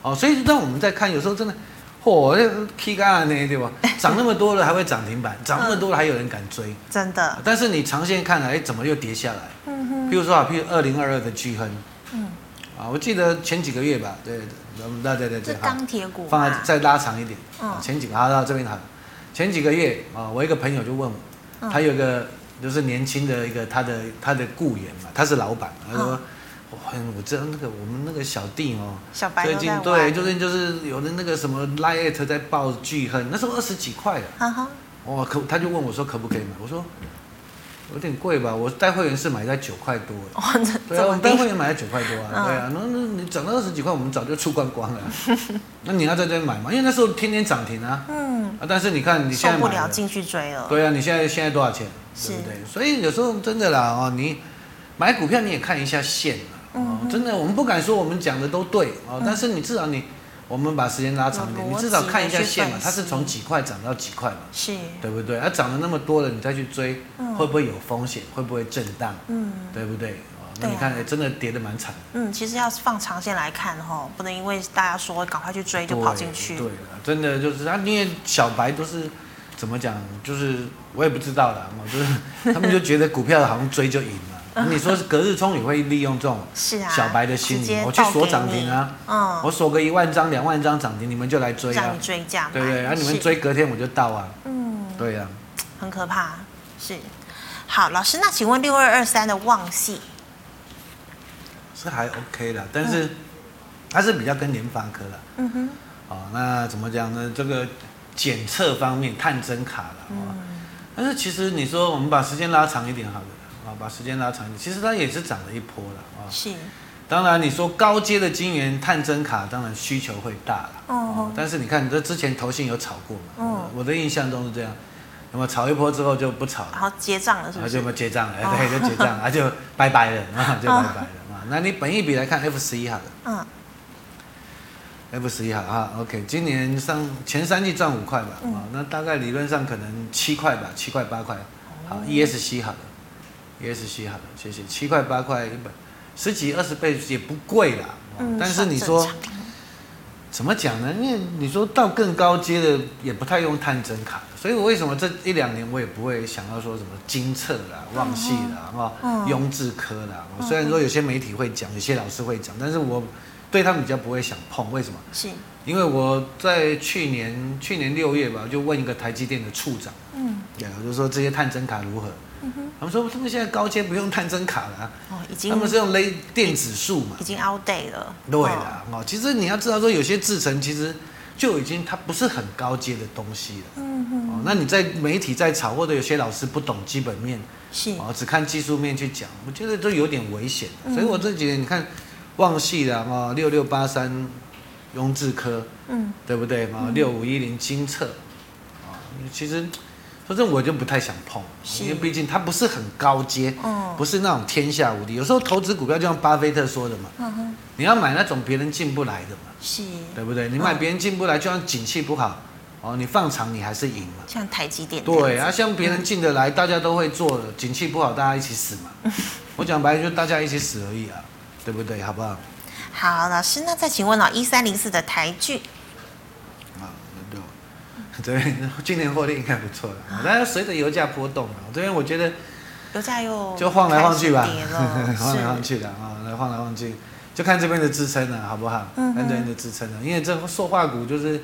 B: 哦，所以让我们在看，有时候真的，嚯、哎这 K 干呢，对吧？ 涨那么多了还会涨停板，涨那么多了还有人敢追，
A: 真的，
B: 但是你长线看来，哎，怎么又跌下来？
A: 嗯哼，
B: 譬如说啊，譬如二零二二的巨亨
A: 嗯，
B: 啊，我记得前几个月吧，对，那对对
A: 这
B: 对，好
A: 钢铁股嘛，啊
B: 放在再拉长一点，
A: 嗯
B: 啊前几个好到这边好，前几个月啊，我一个朋友就问我，
A: 嗯
B: 他有一个就是年轻的一个他的他的雇员嘛，他是老板，他说
A: 嗯，
B: 我很我知道那个我们那个小弟哦，
A: 小白
B: 最
A: 都
B: 近
A: 在
B: 对
A: 玩
B: 最近就是有的那个什么 Lite 在爆巨亨，那时候二十几块啊，
A: 哈哈，
B: 哇可他就问我说可不可以买，我说有点贵吧，我带会员是买在九块多的。
A: 哇，哦 这
B: 对
A: 怎
B: 啊，我
A: 么
B: 们单
A: 地？
B: 位也买了九块多啊，
A: 嗯
B: 对啊，那那你涨到二十几块，我们早就出光光了。啊 那你要在这边买嘛？因为那时候天天涨停啊，
A: 嗯，
B: 啊，但是你看你现
A: 受
B: 在
A: 不
B: 买
A: 了
B: 了，
A: 进去追了，
B: 对啊，你现在现在多少钱，
A: 是
B: 对不对？所以有时候真的啦，哦，你买股票你也看一下线啊，
A: 嗯
B: 哦，真的，我们不敢说我们讲的都对哦，但是你至少你我们把时间拉长一点，
A: 有
B: 你
A: 逻
B: 至少
A: 辑
B: 看
A: 地
B: 一下
A: 去
B: 线嘛
A: 分，
B: 它是
A: 析
B: 从几块涨到几块嘛，
A: 是，
B: 对不对？它涨了那么多了，你再去追，
A: 嗯
B: 会不会有风险？会不会震荡？
A: 嗯
B: 对不对？哦，那
A: 对
B: 你
A: 啊
B: 看，哎真的跌得蛮惨的，
A: 嗯，其实要是放长线来看吼，不能因为大家说赶快去追就
B: 对
A: 跑进去
B: 对，了，真的就是啊，因为小白都是怎么讲，就是我也不知道啦，我就是 他们就觉得股票好像追就赢了。
A: 嗯
B: 你说隔日冲也会利用 这种
A: 是啊，
B: 小白的心
A: 直
B: 理，
A: 接
B: 我去
A: 倒
B: 锁
A: 给
B: 涨
A: 你
B: 停啊，，
A: 嗯，
B: 我锁个一万张、两万张涨停，你们就来追啊
A: 让你，追价买，
B: 对不对？然后你们
A: 哎是，
B: 追，隔天我就到啊，
A: 嗯。
B: 对呀。
A: 很可怕，是。好，老师，那请问六二二三的旺系，
B: 是还 OK 啦，但是它是比较跟联发科啦。
A: 嗯哼，
B: 哦，那怎么讲呢？这个检测方面，探针卡了、哦但是其实你说我们把时间拉长一点好了啦，啊、把时间拉长一点，其实它也是涨了一波了啊、
A: 是，
B: 当然你说高阶的晶圆探针卡，当然需求会大了。
A: 哦
B: 但是你看，这之前投信有炒过嘛？
A: 嗯
B: 我的印象中是这样，那么炒一波之后就不炒了
A: 然。后结账了，是
B: 然后
A: 不？
B: 啊就是没结账了，
A: 哦
B: 对，就结 账了，啊就拜拜了，啊就拜拜了啊。那你本一比来看 F 十一好了。
A: 嗯，
B: F 十一好啊，OK，今年上前三季赚五块吧，啊、
A: 嗯
B: 那大概理论上可能七块吧，七块八块，
A: 哦
B: 好，ESC 好了，ESC 好了，谢谢，七块八块一本，十几二十倍也不贵啦，哦
A: 嗯
B: 但是你
A: 算
B: 说
A: 正常
B: 怎么讲呢？因为你说到更高阶的也不太用探针卡了，所以我为什么这一两年我也不会想到说什么金策啦、旺系啦、哈、
A: 嗯
B: 雍智科啦，虽然说有些媒体会讲，有些老师会讲，但是我对他们比较不会想碰，为什么？
A: 是，
B: 因为我在去年去年六月吧，就问一个台积电的处长，
A: 嗯，
B: 对啊，我就说这些探针卡如何？他们说他们现在高阶不用探针卡了啊、
A: 哦，已经
B: 他们是用勒电子数嘛
A: 已。经 out day 了，
B: 对
A: 哦，
B: 啦，哦，其实你要知道说有些制程其实就已经它不是很高阶的东西了。嗯嗯。哦，那你在媒体在炒，或者有些老师不懂基本面，
A: 是
B: 哦，只看技术面去讲，我觉得都有点危险。
A: 嗯
B: 所以我这几年你看，旺系的嘛，六六八三，雍智科，
A: 嗯，
B: 对不对嘛？六五一零金策，啊，其实说真的，我就不太想碰，哦
A: 是
B: 因为毕竟它不是很高阶，
A: 哦，
B: 不是那种天下无敌。有时候投资股票就像巴菲特说的嘛，
A: 嗯哼，
B: 你要买那种别人进不来的嘛，
A: 是
B: 对不对？你买别人进不来，就算景气不好，哦，你放长你还是赢嘛。
A: 像台积电这样
B: 对
A: 子
B: 啊，像别人进得来，大家都会做的，景气不好，大家一起死嘛。我讲白了，就大家一起死而已啊，对不对？好不好？
A: 好，老师，那再请问哦，一三零四的台剧
B: 啊，对，这边今年获利应该不错了，
A: 啊
B: 但是随着油价波动啊，这边我觉得
A: 油价又
B: 就晃来晃去吧
A: 哦开始跌，了，
B: 晃来晃
A: 是
B: 去的啊，来晃来晃去，就看这边的支撑了，好不好？
A: 嗯
B: 看
A: 哼
B: 这边的支撑了，因为这塑化股就是，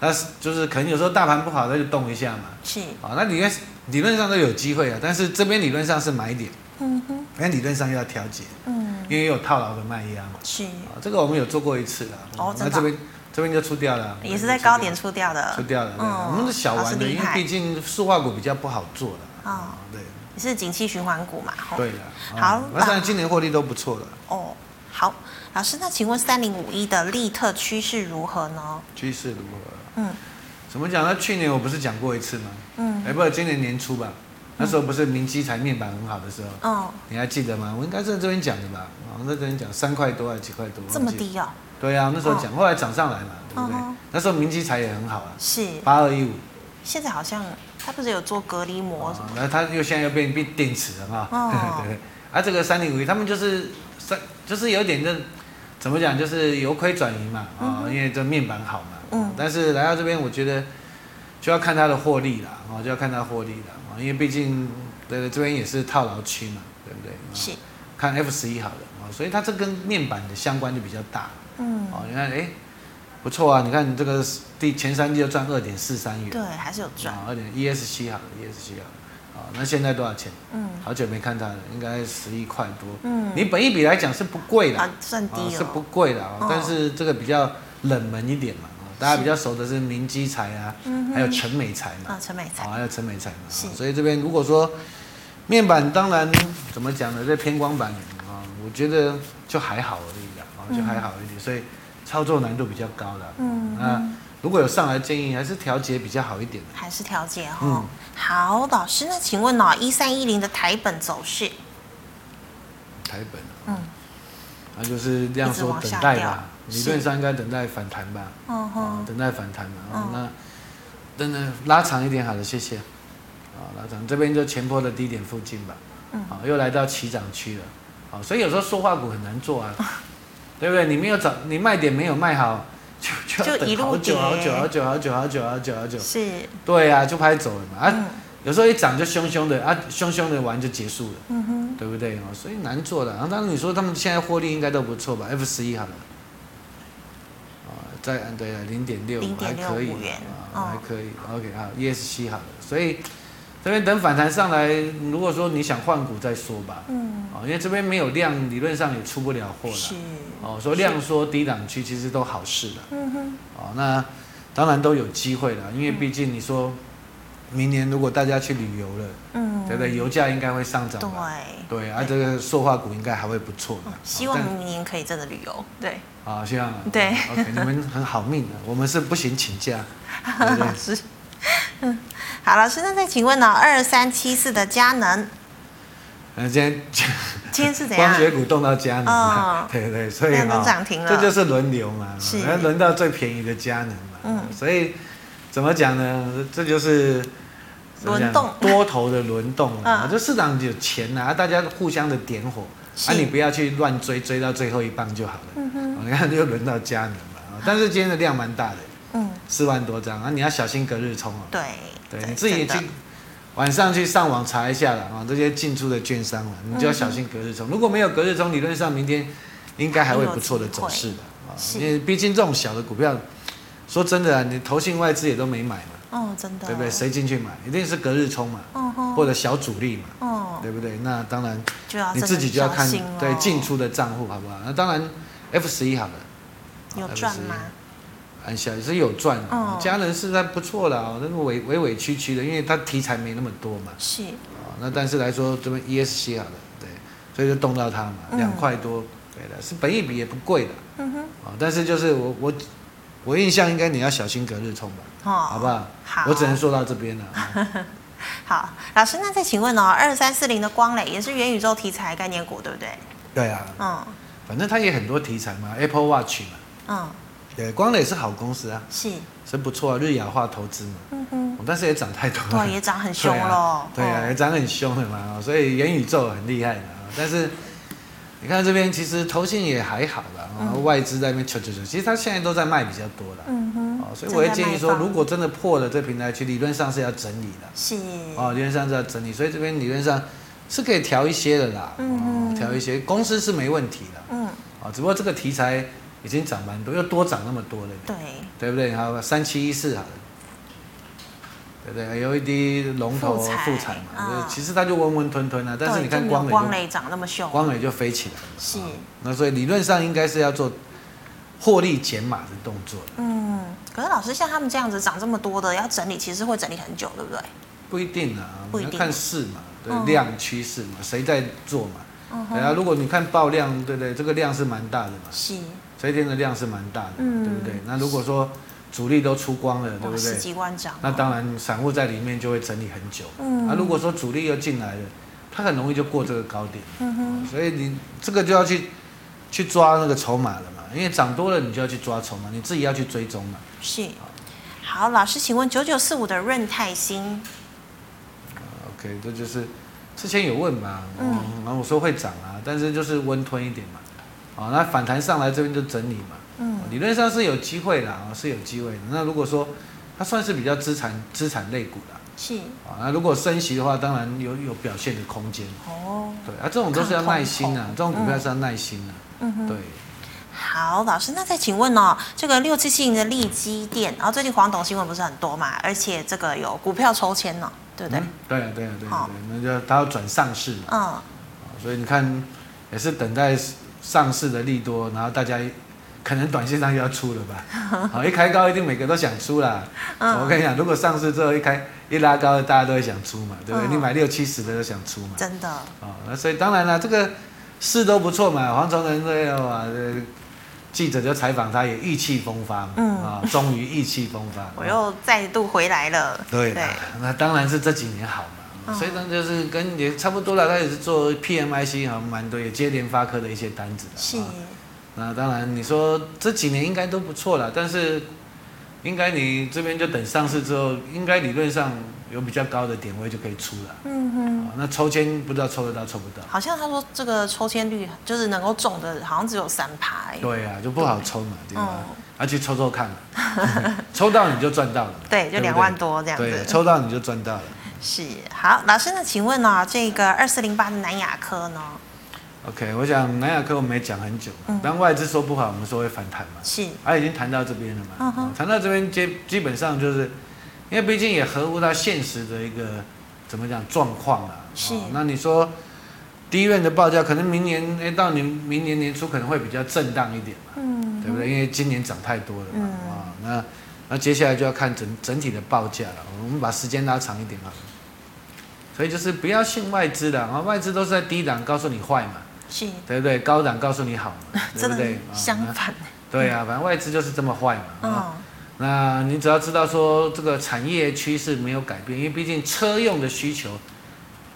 B: 它是就是可能有时候大盘不好，它就动一下嘛。
A: 是，
B: 啊，那理论理论上都有机会啊，但是这边理论上是买点，
A: 嗯哼，
B: 但理论上又要调节，
A: 嗯，
B: 因为有套牢的卖压嘛。
A: 是，
B: 啊，这个我们有做过一次了，
A: 哦
B: 那
A: 真的啊
B: 这边这边就出掉了，
A: 也是在高点
B: 出
A: 出掉
B: 掉
A: 的，
B: 出掉了。对
A: 嗯
B: 我们是小
A: 老
B: 玩
A: 师
B: 的，
A: 厉
B: 因为
A: 害
B: 毕竟塑化股比较不好做了。
A: 哦
B: 啊，对
A: 也是景气循环股嘛，吼
B: 对了。啊
A: 好
B: 那当然今年获利都不错了。
A: 哦，好，老师，那请问三零五一的利特趋势如何呢？
B: 趋势如何？
A: 嗯
B: 怎么讲呢？去年我不是讲过一次吗？哎、
A: 嗯
B: 不，今年年初吧，那时候不是明基才面板很好的时候，
A: 哦，
B: 你还记得吗？我应该是在这边讲的吧？我在这边讲三块多还是啊几块多？
A: 这么
B: 忘记了？
A: 低哦，
B: 对啊，那时候讲，后来涨上来嘛，对不对？
A: 嗯哼
B: 那时候明基才也很好啊，
A: 是，
B: 八二一五，
A: 现在好像他不是有做隔离膜什
B: 啊
A: 么？
B: 然后它又现在又变变电池了嘛，
A: 哦
B: 对。啊，这个三零五一，他们就是三，就是有点这怎么讲，就是由亏转移嘛，啊、因为这面板好嘛，哦
A: 嗯
B: 但是来到这边，我觉得就要看它的获利啦，啊，就要看它获利啦，啊，因为毕竟对这边也是套牢区嘛，对不对？啊
A: 是，
B: 看 F 十一好了啊，所以它这跟面板的相关就比较大，
A: 嗯，
B: 哦，你看，哎，不错啊，你看你这个第前三季就赚二点四三元，
A: 对，还是有赚，
B: 啊，二点 ESC 好了，ESC 好了，啊，那现在多少钱？
A: 嗯
B: 好久没看它了，应该十一块多。
A: 嗯，
B: 你本一比来讲是不贵的，
A: 啊，算低
B: 啊
A: 了，
B: 是不贵的啊
A: 哦，
B: 但是这个比较冷门一点嘛，啊大家比较熟的是明基材啊，
A: 嗯哼
B: 还有陈美材嘛
A: 啊，，陈美
B: 啊，
A: 才
B: 还有陈美材嘛，
A: 是
B: 啊所以这边如果说面板，当然怎么讲呢？这偏光板啊，我觉得就还好而已啦，啊，就还好一点，所以操作难度比较高的。
A: 嗯
B: 那如果有上来建议，还是调节比较好一点的。
A: 还是调节哦
B: 嗯。
A: 好，老师，那请问哦，一三一零的台本走势，
B: 台本，啊
A: 嗯，
B: 那就是这样
A: 一直
B: 说
A: 往
B: 等
A: 下
B: 待
A: 掉
B: 吧，理论上应该等待反弹吧，
A: 嗯
B: 啊，
A: 哼，
B: 等待反弹嘛，啊
A: 嗯
B: 那等等拉长一点好了，谢谢，啊，拉长这边就前坡的低点附近吧，
A: 嗯
B: 啊，又来到起涨区了，啊，所以有时候说话股很难做
A: 嗯
B: 啊， 对不对？你没有找你卖点没有卖好，就就要
A: 就一
B: 等
A: 路
B: 好久
A: 跌
B: 好久好久好久好久好久好久，
A: 是，
B: 对啊，就拍走了嘛，啊，
A: 嗯
B: 有时候一涨就凶凶的啊，凶凶的完就结束了。
A: 嗯哼，
B: 对不对哦？所以难做的。然后当然你说他们现在获利应该都不错吧？F 十一好了，啊、再按对了零点六
A: 0.65
B: 还可以
A: 元
B: 啊，
A: 哦
B: 还可以。OK 好，ESC 好了，所以这边等反弹上来，如果说你想换股再说吧，
A: 嗯，
B: 啊、因为这边没有量，理论上也出不了货
A: 是
B: 了。，哦，说量缩低档区其实都好事的。
A: 嗯哼，
B: 哦，那当然都有机会了，因为毕竟你说明年如果大家去旅游了，
A: 嗯，
B: 对不对？油价应该会上涨吧？
A: 对。
B: 对啊，这个塑化股应该还会不错的。
A: 哦
B: 哦
A: 希望明年可以真的旅游。对，
B: 但啊，希望啊
A: 对
B: OK，你们很好命的，我们是不行请假。对 不对
A: 是。嗯，好，老师，那再请问呢、二三七四的佳能
B: 呃，今天
A: 今天是怎样
B: 光？学股动到佳能嘛
A: 哦，
B: 对对，所以
A: 那
B: 啊
A: 都涨停了
B: 这就是轮流嘛，
A: 是
B: 然后轮到最便宜的佳能嘛，
A: 嗯
B: 所以怎么讲呢？这就是。怎么讲
A: 轮动
B: 多头的轮动啊，
A: 嗯
B: 就市场有钱啊，大家互相的点火，啊，
A: 是
B: 你不要去乱追，追到最后一棒就好了。
A: 嗯哼，
B: 哦你看，又轮到佳能嘛，啊但是今天的量蛮大的，
A: 嗯，
B: 四万多张啊，你要小心隔日冲哦。
A: 对，
B: 对，你自己
A: 真的
B: 去晚上去上网查一下了啊，这些进出的券商了，你就要小心隔日冲。如果没有隔日冲，理论上明天应该还会不错的走势的啊，
A: 是
B: 因为毕竟这种小的股票，说真的啊，你投信外资也都没买嘛，
A: 哦，真的，
B: 对不对？谁进去买？一定是隔日冲嘛，
A: 哦
B: 或
A: 吼，
B: 者小主力嘛，
A: 哦，
B: 对不对？那当然
A: 就要
B: 你
A: 真
B: 自
A: 的
B: 己就要看
A: 小心哦
B: 对进出的账户好不好？那当然 F 十一好了，
A: 有赚吗？
B: 啊按下也是有赚的
A: 哦，
B: 家人是在不错的啊，那么委委委屈屈的，因为它题材没那么多嘛，
A: 是
B: 啊，那但是来说这边 ESC 好了，对，所以就动到它嘛，
A: 嗯
B: 两块多，对的，是本益比也不贵的，
A: 嗯哼，
B: 啊，但是就是我我我印象应该你要小心隔日冲吧，
A: 哦，
B: 好不好？
A: 好
B: 我只能说到这边了 啊，
A: 好，老师，那再请问哦，二三四零的光磊也是元宇宙题材概念股，对不对？
B: 对啊，
A: 嗯
B: 反正它也很多题材嘛，Apple Watch 嘛，
A: 嗯，
B: 对，光磊是好公司啊，
A: 是，
B: 真不错啊，日亚化投资嘛，哦
A: 嗯哼，
B: 但是也涨太多了，
A: 对，也涨很凶喽，
B: 啊对啊，
A: 哦
B: 也涨很凶的嘛，哦所以元宇宙很厉害的啊。但是你看这边，其实投信也还好啦，哦外资在那边求求求，其实它现在都在卖比较多的。
A: 嗯哼，
B: 哦，所以我会建议说，
A: 正在卖方
B: 如果真的破了这平台区，理论上是要整理的。
A: 是
B: 哦，理论上是要整理，所以这边理论上是可以调一些的啦。
A: 嗯
B: 哦，调一些，公司是没问题的。
A: 嗯，
B: 哦，只不过这个题材已经涨蛮多，又多涨那么多了。
A: 对，
B: 对不对？还有三七一四好了，对不对？有一滴龙头
A: 复彩
B: 复产嘛，
A: 嗯
B: 就其实它就温温吞吞啊，但是
A: 对
B: 你
A: 就
B: 看
A: 没有
B: 光磊
A: 光
B: 就
A: 磊涨那么凶，
B: 光磊就飞起来了，哦
A: 是，
B: 那所以理论上应该是要做获利减码的动作的，
A: 嗯，可是老师像他们这样子涨这么多的，要整理其实会整理很久，对不对？
B: 不一定啊，
A: 不
B: 我
A: 一
B: 们
A: 定
B: 要看市嘛，对
A: 嗯
B: 量趋势嘛，谁在做嘛？
A: 嗯
B: 对
A: 哼，
B: 啊，如果你看爆量，对不对？这个量是蛮大的嘛，
A: 是，
B: 这一天的量是蛮大的嘛，
A: 嗯
B: 对不对？那如果说主力都出光了，呃对
A: 哇，
B: 不
A: 十
B: 对？
A: 几万涨，
B: 那当然散户在里面就会整理很久。
A: 嗯
B: 啊，如果说主力又进来了，它很容易就过这个高点，
A: 嗯哼，
B: 所以你这个就要去去抓那个筹码了嘛，因为涨多了你就要去抓筹码，你自己要去追踪嘛。
A: 是。
B: 啊
A: 好，老师，请问九九四五的润泰新，
B: 啊 OK，这就是之前有问嘛，
A: 嗯
B: 嗯，然后我说会涨啊，但是就是温吞一点嘛，啊，那反弹上来这边就整理嘛，哦
A: 嗯，
B: 理论上是有机会啦，啊是有机会的。那如果说它算是比较资产资产类股啦，
A: 是，
B: 啊，那如果升息的话，当然有有表现的空间。
A: 哦，
B: 对啊，这种都是要耐心啊，
A: 看
B: 这
A: 空
B: 种
A: 头
B: 股票是要耐心啊。
A: 嗯哼。
B: 对，
A: 好，老师，那再请问哦，这个六七七零的利基店，然后最近黄董新闻不是很多嘛，而且这个有股票抽签呢、对不对？
B: 嗯对啊，对啊，对啊
A: 好，
B: 对啊，那就它要转上市嘛，
A: 嗯，
B: 所以你看也是等待上市的利多，然后大家可能短线上又要出了吧？好，一开高一定每个都想出啦。
A: 嗯
B: 我跟你讲，如果上市之后一开一拉高，大家都会想出嘛，对不对？
A: 嗯
B: 你买六七十的都想出嘛。
A: 真的，
B: 哦，那所以当然了，这个事都不错嘛，黄崇仁这样啊，这记者就采访他也意气风发嘛，
A: 嗯
B: 啊，终于意气风发。
A: 我又再度回来了。
B: 对啊啦，那当然是这几年好嘛，
A: 嗯
B: 所以呢就是跟也差不多了，他也是做 PMIC 好像蛮多，也接联发科的一些单子的。
A: 是
B: 啊，那当然你说这几年应该都不错了，但是应该你这边就等上市之后，应该理论上有比较高的点位就可以出了。
A: 嗯哼，
B: 啊，那抽签不知道抽得到抽不到。
A: 好像他说这个抽签率就是能够中的，好像只有三趴、欸。
B: 对啊，就不好抽嘛，对吧
A: 嗯？
B: 啊，去抽抽看嘛， 抽到你就赚到了嘛。
A: 对，就
B: 不
A: 两万多这样
B: 对，
A: 子。
B: 抽到你就赚到了。
A: 是，好，老师，那请问哦，这个二四零八的南亚科呢？
B: OK，我想南亚科我们也讲很久
A: 嗯
B: 嘛，当外资说不好，我们说会反弹嘛，
A: 是，
B: 它、已经谈到这边了
A: 嗯
B: 嘛，
A: 哼
B: 哦谈、到这边基基本上就是，因为毕竟也合乎到现实的一个怎么讲状况啊。
A: 是
B: 那你说第一院的报价可能明年哎、诶到年明年年初可能会比较震荡一点嘛，
A: 嗯
B: 对不对？因为今年涨太多了嘛，
A: 嗯
B: 啊、那那接下来就要看整整体的报价了。我们把时间拉长一点啊，所以就是不要信外资的啊，外资都是在低档告诉你坏嘛，
A: 是，
B: 对不对？高档告诉你好 嘛，对
A: 真
B: 不
A: 的
B: 对？
A: 很
B: 啊
A: 相反。
B: 那对啊，反正外资就是这么坏嘛。啊，
A: 嗯，
B: 那你只要知道说这个产业趋势没有改变，因为毕竟车用的需求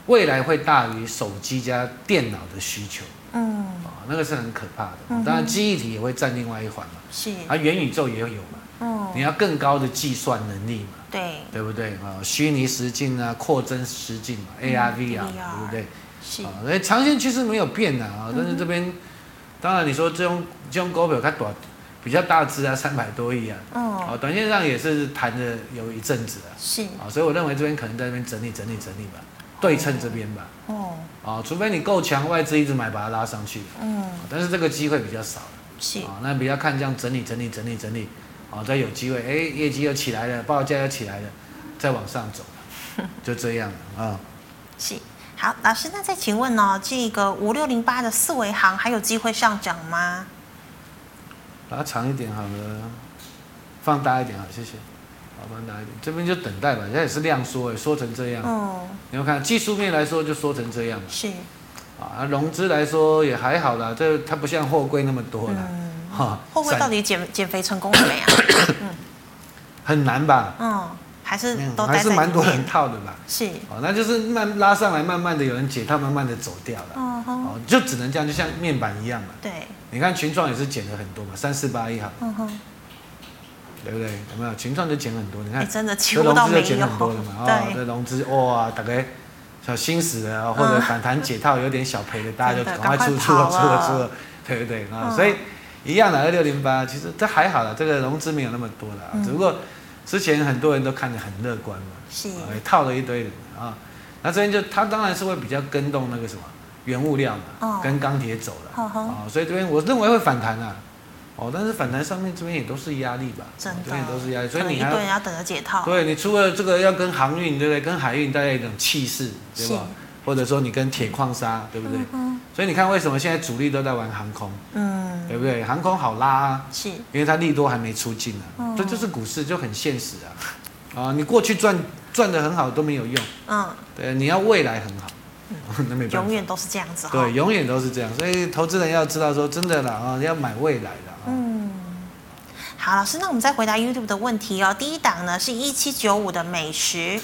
B: 未来会大于手机加电脑的需求
A: 嗯，
B: 啊，那个是很可怕
A: 嗯哼
B: 的。当然，记忆体也会占另外一环嘛。
A: 是，
B: 啊，元宇宙也有嘛，
A: 嗯，
B: 你要更高的计算能力嘛，
A: 对，
B: 对不对啊？虚拟实境啊，扩增实境嘛
A: 嗯
B: ，AR、VR，
A: VR
B: 啊对不对？
A: 是，嗯
B: 啊，所以长线趋势没有变的啊，但是这边，当然你说这种这种股票它短比较大只啊，三百多亿啊，
A: 嗯，
B: 啊，短线上也是谈的有一阵子啊，
A: 是，
B: 啊，所以我认为这边可能在那边整理整理整理吧，对称这边吧，
A: 哦，
B: 啊，除非你够强，外资一直买把它拉上去，
A: 嗯，
B: 啊但是这个机会比较少。
A: 是，
B: 啊、那比较看这样整理整理整理整理，啊、再有机会，哎、业绩又起来了，报价又起来了，再往 上走，就这样了啊、
A: 是。好，老师，那再请问哦，这个五六零八的四维行还有机会上涨吗？
B: 把它长一点好了，放大一点好，谢谢。好，放大一点，这边就等待吧，人家也是量缩，哎，缩成这样。
A: 嗯，
B: 你要看技术面来说就缩成这样
A: 是，
B: 啊，啊融资来说也还好啦，这它不像货柜那么多啦，
A: 嗯，
B: 哈、
A: 会不会
B: 散
A: 到底 减减肥成功了没啊？
B: 很难吧？
A: 嗯，还是
B: 嗯
A: 都
B: 还
A: 待
B: 是
A: 在
B: 蛮
A: 里
B: 多人
A: 面，
B: 套的吧？
A: 是，
B: 哦，那就是慢拉上来，慢慢的有人解套，慢慢的走掉了。
A: 嗯哼，
B: 哦，就只能这样，就像面板一样嘛。
A: 对，
B: 你看群创也是减了很多嘛，三四八一好，
A: 嗯哼，
B: 对不对？有没有？群创就减很多，你
A: 哎，
B: 看
A: 真的几
B: 这
A: 乎
B: 融
A: 到
B: 资
A: 没
B: 就
A: 有，
B: 减很多了嘛。 哦，
A: 对，
B: 这融资哇，大概小心死了啊，或者
A: 嗯
B: 反弹解套有点小赔的，大家就
A: 真的
B: 赶快
A: 赶
B: 出
A: 快
B: 出了出
A: 跑
B: 了
A: 了
B: 出了，对不对啊？
A: 嗯
B: 所以一样的二六零八，其实这还好了，这个融资没有那么多了啊，
A: 嗯
B: 只不过之前很多人都看得很乐观嘛。
A: 是，
B: 啊也套了一堆人啊。那这边就它当然是会比较跟动那个什么原物料嘛，
A: 哦
B: 跟钢铁走了
A: 呵呵
B: 啊，所以这边我认为会反弹啊。哦，但是反弹上面这边也都是压力吧，
A: 真的，
B: 这边也都是压力，所以
A: 可能
B: 你
A: 一
B: 还
A: 堆
B: 要
A: 人要等着解套，
B: 对你除了这个要跟航运对不对，跟海运带来一种气势，对吧？或者说你跟铁矿砂对不对？
A: 嗯哼，
B: 所以你看为什么现在主力都在玩航空，
A: 嗯，
B: 对不对？航空好拉啊，
A: 是，
B: 因为它利多还没出尽啊
A: 嗯，
B: 这就是股市就很现实啊。啊，你过去赚赚的很好都没有用。
A: 嗯，
B: 对，你要未来很好， 那没办
A: 永
B: 法。
A: 远都是这样子哈，
B: 对，，永远都是这样，所以投资人要知道说，真的啦啊，要买未来的啊。
A: 嗯，好，老师，那我们再回答 YouTube 的问题哦。第一档呢是一七九五的美食，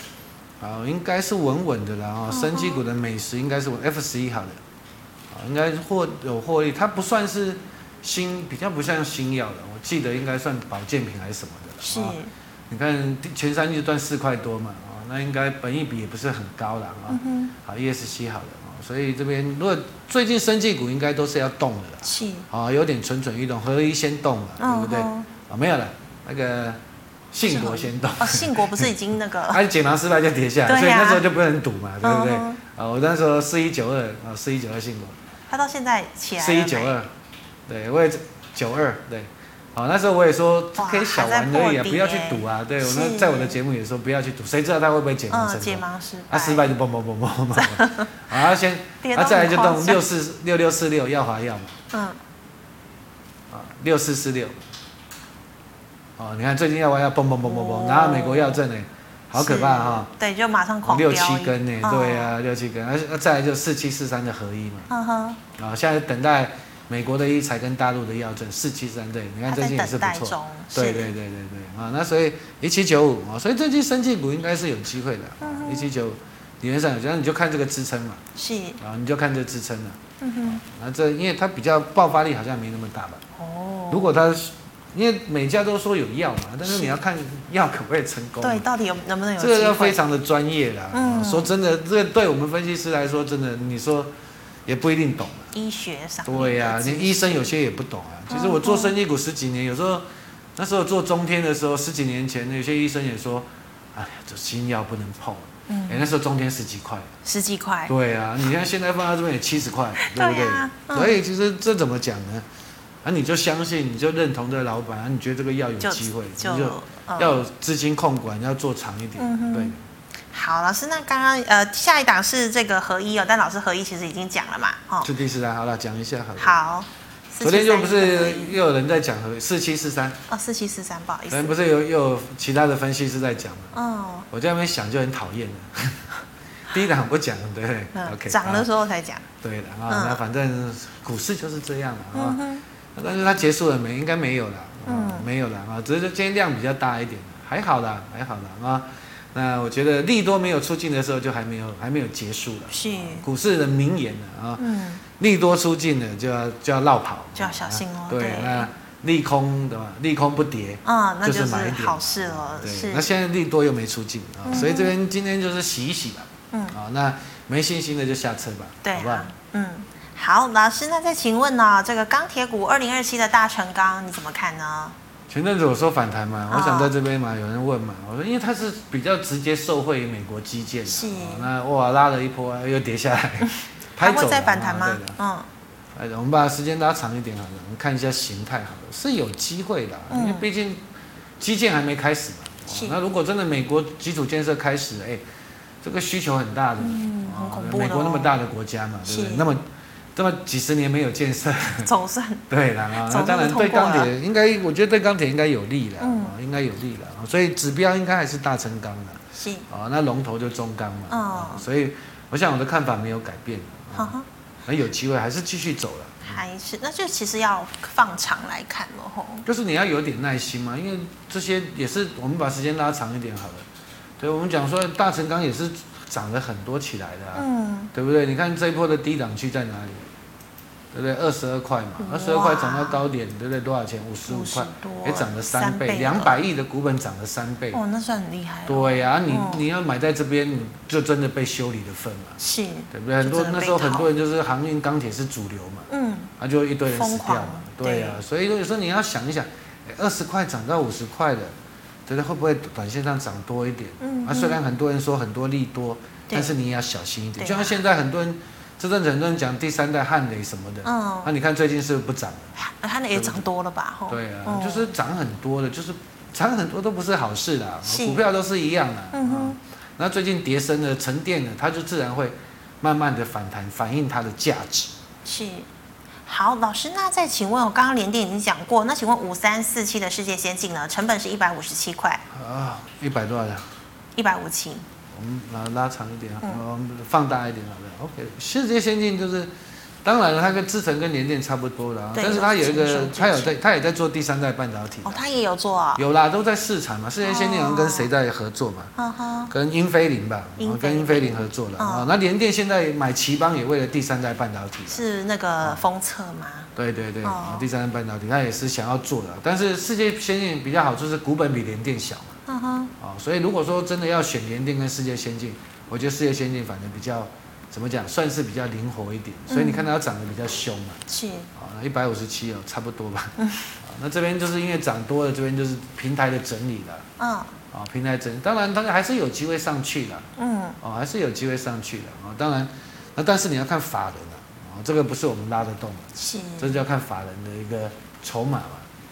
B: 好，应该是稳稳的啦啊，
A: 嗯
B: 生技股的美食应该是稳 F 十一好的，啊，应该获有获利，它不算是新，比较不像新药的，我记得应该算保健品还是什么的啦。
A: 是
B: 啊，你看第前三季赚四块多嘛，啊，那应该本益比也不是很高啦啊
A: 嗯。哼，
B: 好，ESC 好的啊，所以这边如果最近生技股应该都是要动的啦。
A: 是，
B: 啊、有点蠢蠢欲动，合一先动了，对不对？啊、
A: 嗯
B: 没有了，那个信国先动，
A: 哦，信国不是已经那 个，
B: 它解盲失败就跌下来，
A: 对啊
B: 所以那时候就不能赌嘛，啊对不对？啊、
A: 嗯
B: 我那时候四一九二啊，四一九二信国，
A: 它到现在起来了
B: 四
A: 没
B: 一九，二，对，我也九二对。好，那时候我也说
A: 哇
B: 可以小玩而
A: 还
B: 已
A: 在破，
B: 啊
A: 底
B: 不要去赌啊。对我那
A: 是
B: 在我的节目也说不要去赌，谁知道他会不会解盲
A: 嗯，
B: 成
A: 解
B: 功？
A: 盲失败，
B: 啊，失败就嘣嘣嘣嘣嘣，好，啊先，
A: 跌
B: 啊
A: 到
B: 再来就
A: 很夸
B: 动
A: 张
B: 六四六六四六耀华耀嘛，
A: 嗯，
B: 啊，六四四六。哦，你看最近药丸要蹦蹦蹦蹦
A: 哦
B: 蹦，然后美国药证呢，好可怕啊哈、
A: 是，对，就马上狂飙
B: 哦六七根呢，
A: 嗯
B: 对，啊，六七根，而且再来就四七四三的合一嘛，
A: 嗯哼，
B: 啊，现在等待美国的医材跟大陆的药证四七三对，你看
A: 它
B: 最
A: 在
B: 近也是
A: 等
B: 不
A: 待
B: 错，
A: 中，
B: 对
A: 是
B: 对对对，对啊，那所以一七九五啊，所以最近生技股应该是有机会的，啊
A: 嗯
B: 一七九五理论上有机会，那你就看这个支撑嘛，
A: 是，
B: 啊，你就看这支撑了，
A: 嗯哼，
B: 那这因为它比较爆发力好像没那么大吧。
A: 哦，
B: 如果他是，因为每家都说有药嘛，但是
A: 是
B: 你要看药可不可以成功。
A: 对，，到底有能不能有
B: 这个要
A: 机会
B: 非常的专业啦。哦
A: 嗯
B: 说真的，这个对我们分析师来说，真的你说也不一定懂啊。
A: 医学上面的
B: 对呀、
A: 知
B: 你医生有些也不懂啊。其实我
A: 哦
B: 做生意股十几年，有时候那时候做中天的时候，十几年前有些医生也说，哎呀，这新药不能碰。哎、
A: 嗯，
B: 那时候中天十几块。
A: 十几块，
B: 对啊，你看现在放到这边也七十块，对不对？
A: 对啊嗯
B: 所以其实这怎么讲呢？啊，你就相信，你就认同这个老板，啊，你觉得这个药有
A: 就
B: 机会，
A: 就
B: 你就
A: 嗯
B: 要有资金控管，要做长一点，
A: 嗯哼
B: 对。
A: 好，老师，那刚刚呃下一档是这个合一哦，但老师合一其实已经讲了嘛，哦，
B: 是第四单，好了，讲一下好了。，
A: 好，
B: 昨天又不是
A: 4743
B: 又有人在讲和四七四三，
A: 哦，四七四三，不好意
B: 昨天
A: 思，
B: 不是有又有其他的分析师在讲吗？
A: 哦，
B: 我在那边想就很讨厌了。啊 第一档不讲，对不对
A: 嗯，
B: ？OK，
A: 涨的
B: 好
A: 时候才讲，
B: 对的啊，那
A: 嗯
B: 反正股市就是这样了啊
A: 嗯。哼，
B: 但是它结束了没？应该没有了，嗯
A: 嗯，
B: 没有了啊，只是今天量比较大一点，还好啦，还好啦啊。那我觉得利多没有出尽的时候，就还没有还没有结束了。
A: 是
B: 股市的名言了啊，
A: 嗯，
B: 利多出尽了就要就要绕跑，
A: 就要小心哦
B: 啊对
A: 对，
B: 那利空对吧？利空不跌，
A: 啊，那
B: 就
A: 就是
B: 买一
A: 是
B: 点
A: 好事了，
B: 对。
A: 是
B: 那，现在利多又没出尽啊，
A: 嗯
B: 所以这边今天就是洗一洗吧，
A: 嗯，
B: 啊，那没信心的就下车吧，
A: 对
B: 好不好
A: 啊？，嗯，好，老师，那再请问呢，这个钢铁股二零二七的大成钢你怎么看呢？
B: 前阵子我说反弹嘛，我想
A: 哦
B: 在这边嘛，有人问嘛，我说因为它是比较直接受惠于美国基建嘛，
A: 是
B: 哦那哇拉了一波啊又跌下来，
A: 还
B: 拍走
A: 会
B: 了啊
A: 再反弹吗
B: 对的？
A: 嗯，
B: 哎，我们把时间拉长一点好了，我们看一下形态好了，是有机会的啊，
A: 嗯
B: 因为毕竟基建还没开始嘛。哦
A: 是
B: 那如果真的美国基础建设开始，哎，这个需求很大的，
A: 嗯很
B: 哦
A: 恐怖的哦
B: 美国那么大的国家嘛，对不
A: 是
B: 对？那么这么几十年没有建设，
A: 总算
B: 对啦，啊，那
A: 总
B: 当
A: 算
B: 然
A: 是
B: 对
A: 通过
B: 钢
A: 了
B: 铁应该，我觉得对钢铁应该有利了，
A: 嗯
B: 哦应该有利了，哦所以指标应该还是大成钢的，
A: 是，
B: 哦，那龙头就中钢嘛，
A: 嗯
B: 哦所以我想我的看法没有改变，
A: 哈哈，
B: 那有机会还是继续走了，
A: 还是那就其实要放长来看了吼。
B: 就是你要有点耐心嘛，因为这些也是我们把时间拉长一点好了，对我们讲说大成钢也是涨了很多起来的啊，
A: 嗯，
B: 对不对？你看这一波的低档区在哪里？对不对？二十二块嘛，二十二块涨到高点，对不对？多少钱？五十五块
A: 50多，
B: 也涨了三倍，
A: 三
B: 两
A: 倍了
B: 百亿的股本涨了三倍。
A: 哦，那算很厉害了。
B: 对呀、你
A: 嗯
B: 你要买在这边，你就真的被修理的份嘛，
A: 是，
B: 对不对？很多
A: 就真的
B: 那
A: 被
B: 时候很
A: 套
B: 多人就是航运钢铁是主流嘛，
A: 嗯，
B: 那就一堆人死
A: 疯
B: 掉
A: 狂
B: 嘛。对呀、所以有时候你要想一想，二十块涨到五十块的，对不对？会不会短线上涨多一点？
A: 嗯
B: 啊，虽然很多人说很多利多，
A: 对
B: 但是你也要小心一
A: 对
B: 点。
A: 啊
B: 就像现在很多人，这阵子很多人讲第三代汉雷什么的，啊
A: 嗯
B: 那你看最近是不是不涨了？
A: 啊它那也涨多了吧？吼，
B: 对啊
A: 嗯，
B: 就是涨很多的，就是涨很多都不是好事啦，
A: 是
B: 股票都是一样啦。
A: 嗯哼
B: 啊那最近跌升了、沉淀了，它就自然会慢慢的反弹，反映它的价值。
A: 是。好，老师，那再请问，我刚刚连电已经讲过，那请问五三四七的世界先进呢？成本是一百五十七块，
B: 啊，一百多少了？
A: 一百五七，
B: 我们拉拉长一点啊，
A: 嗯
B: 我们放大一点好了。OK，世界先进就是，当然了，它跟制程跟联电差不多了啊，
A: 对
B: 但是它有一
A: 有成
B: 个
A: 熟，制
B: 它有
A: 程
B: 在，它也在做第三代半导体啊
A: 哦，，他也有做啊，
B: 有啦，都在市场嘛。世界先进好像跟谁在合作嘛？
A: 哈哈，
B: 跟英飞凌吧，
A: 哦英
B: 哦
A: 飞
B: 跟
A: 凌
B: 英飞凌合作了啊
A: 哦。
B: 那联电现在买奇邦也为了第三代半导体啊，
A: 是那个封测吗？
B: 对对对，
A: 哦
B: 啊第三代半导体它也是想要做的啊，但是世界先进比较好，就是股本比联电小嘛，
A: 哈哈，
B: 啊，所以如果说真的要选联电跟世界先进，我觉得世界先进反正比较怎么讲，算是比较灵活一点，所以
A: 嗯
B: 你看它涨得比较凶嘛，
A: 是，
B: 啊，一百五十七哦，差不多吧， 啊，那这边就是因为涨多了，这边就是平台的整理了，
A: 嗯
B: 啊，平台整理，当然它还是有机会上去的。
A: 嗯，
B: 哦，还是有机会上去的啊、哦。当然，那但是你要看法人啊，哦，这个不是我们拉得动的，
A: 是，
B: 这就要看法人的一个筹码嘛。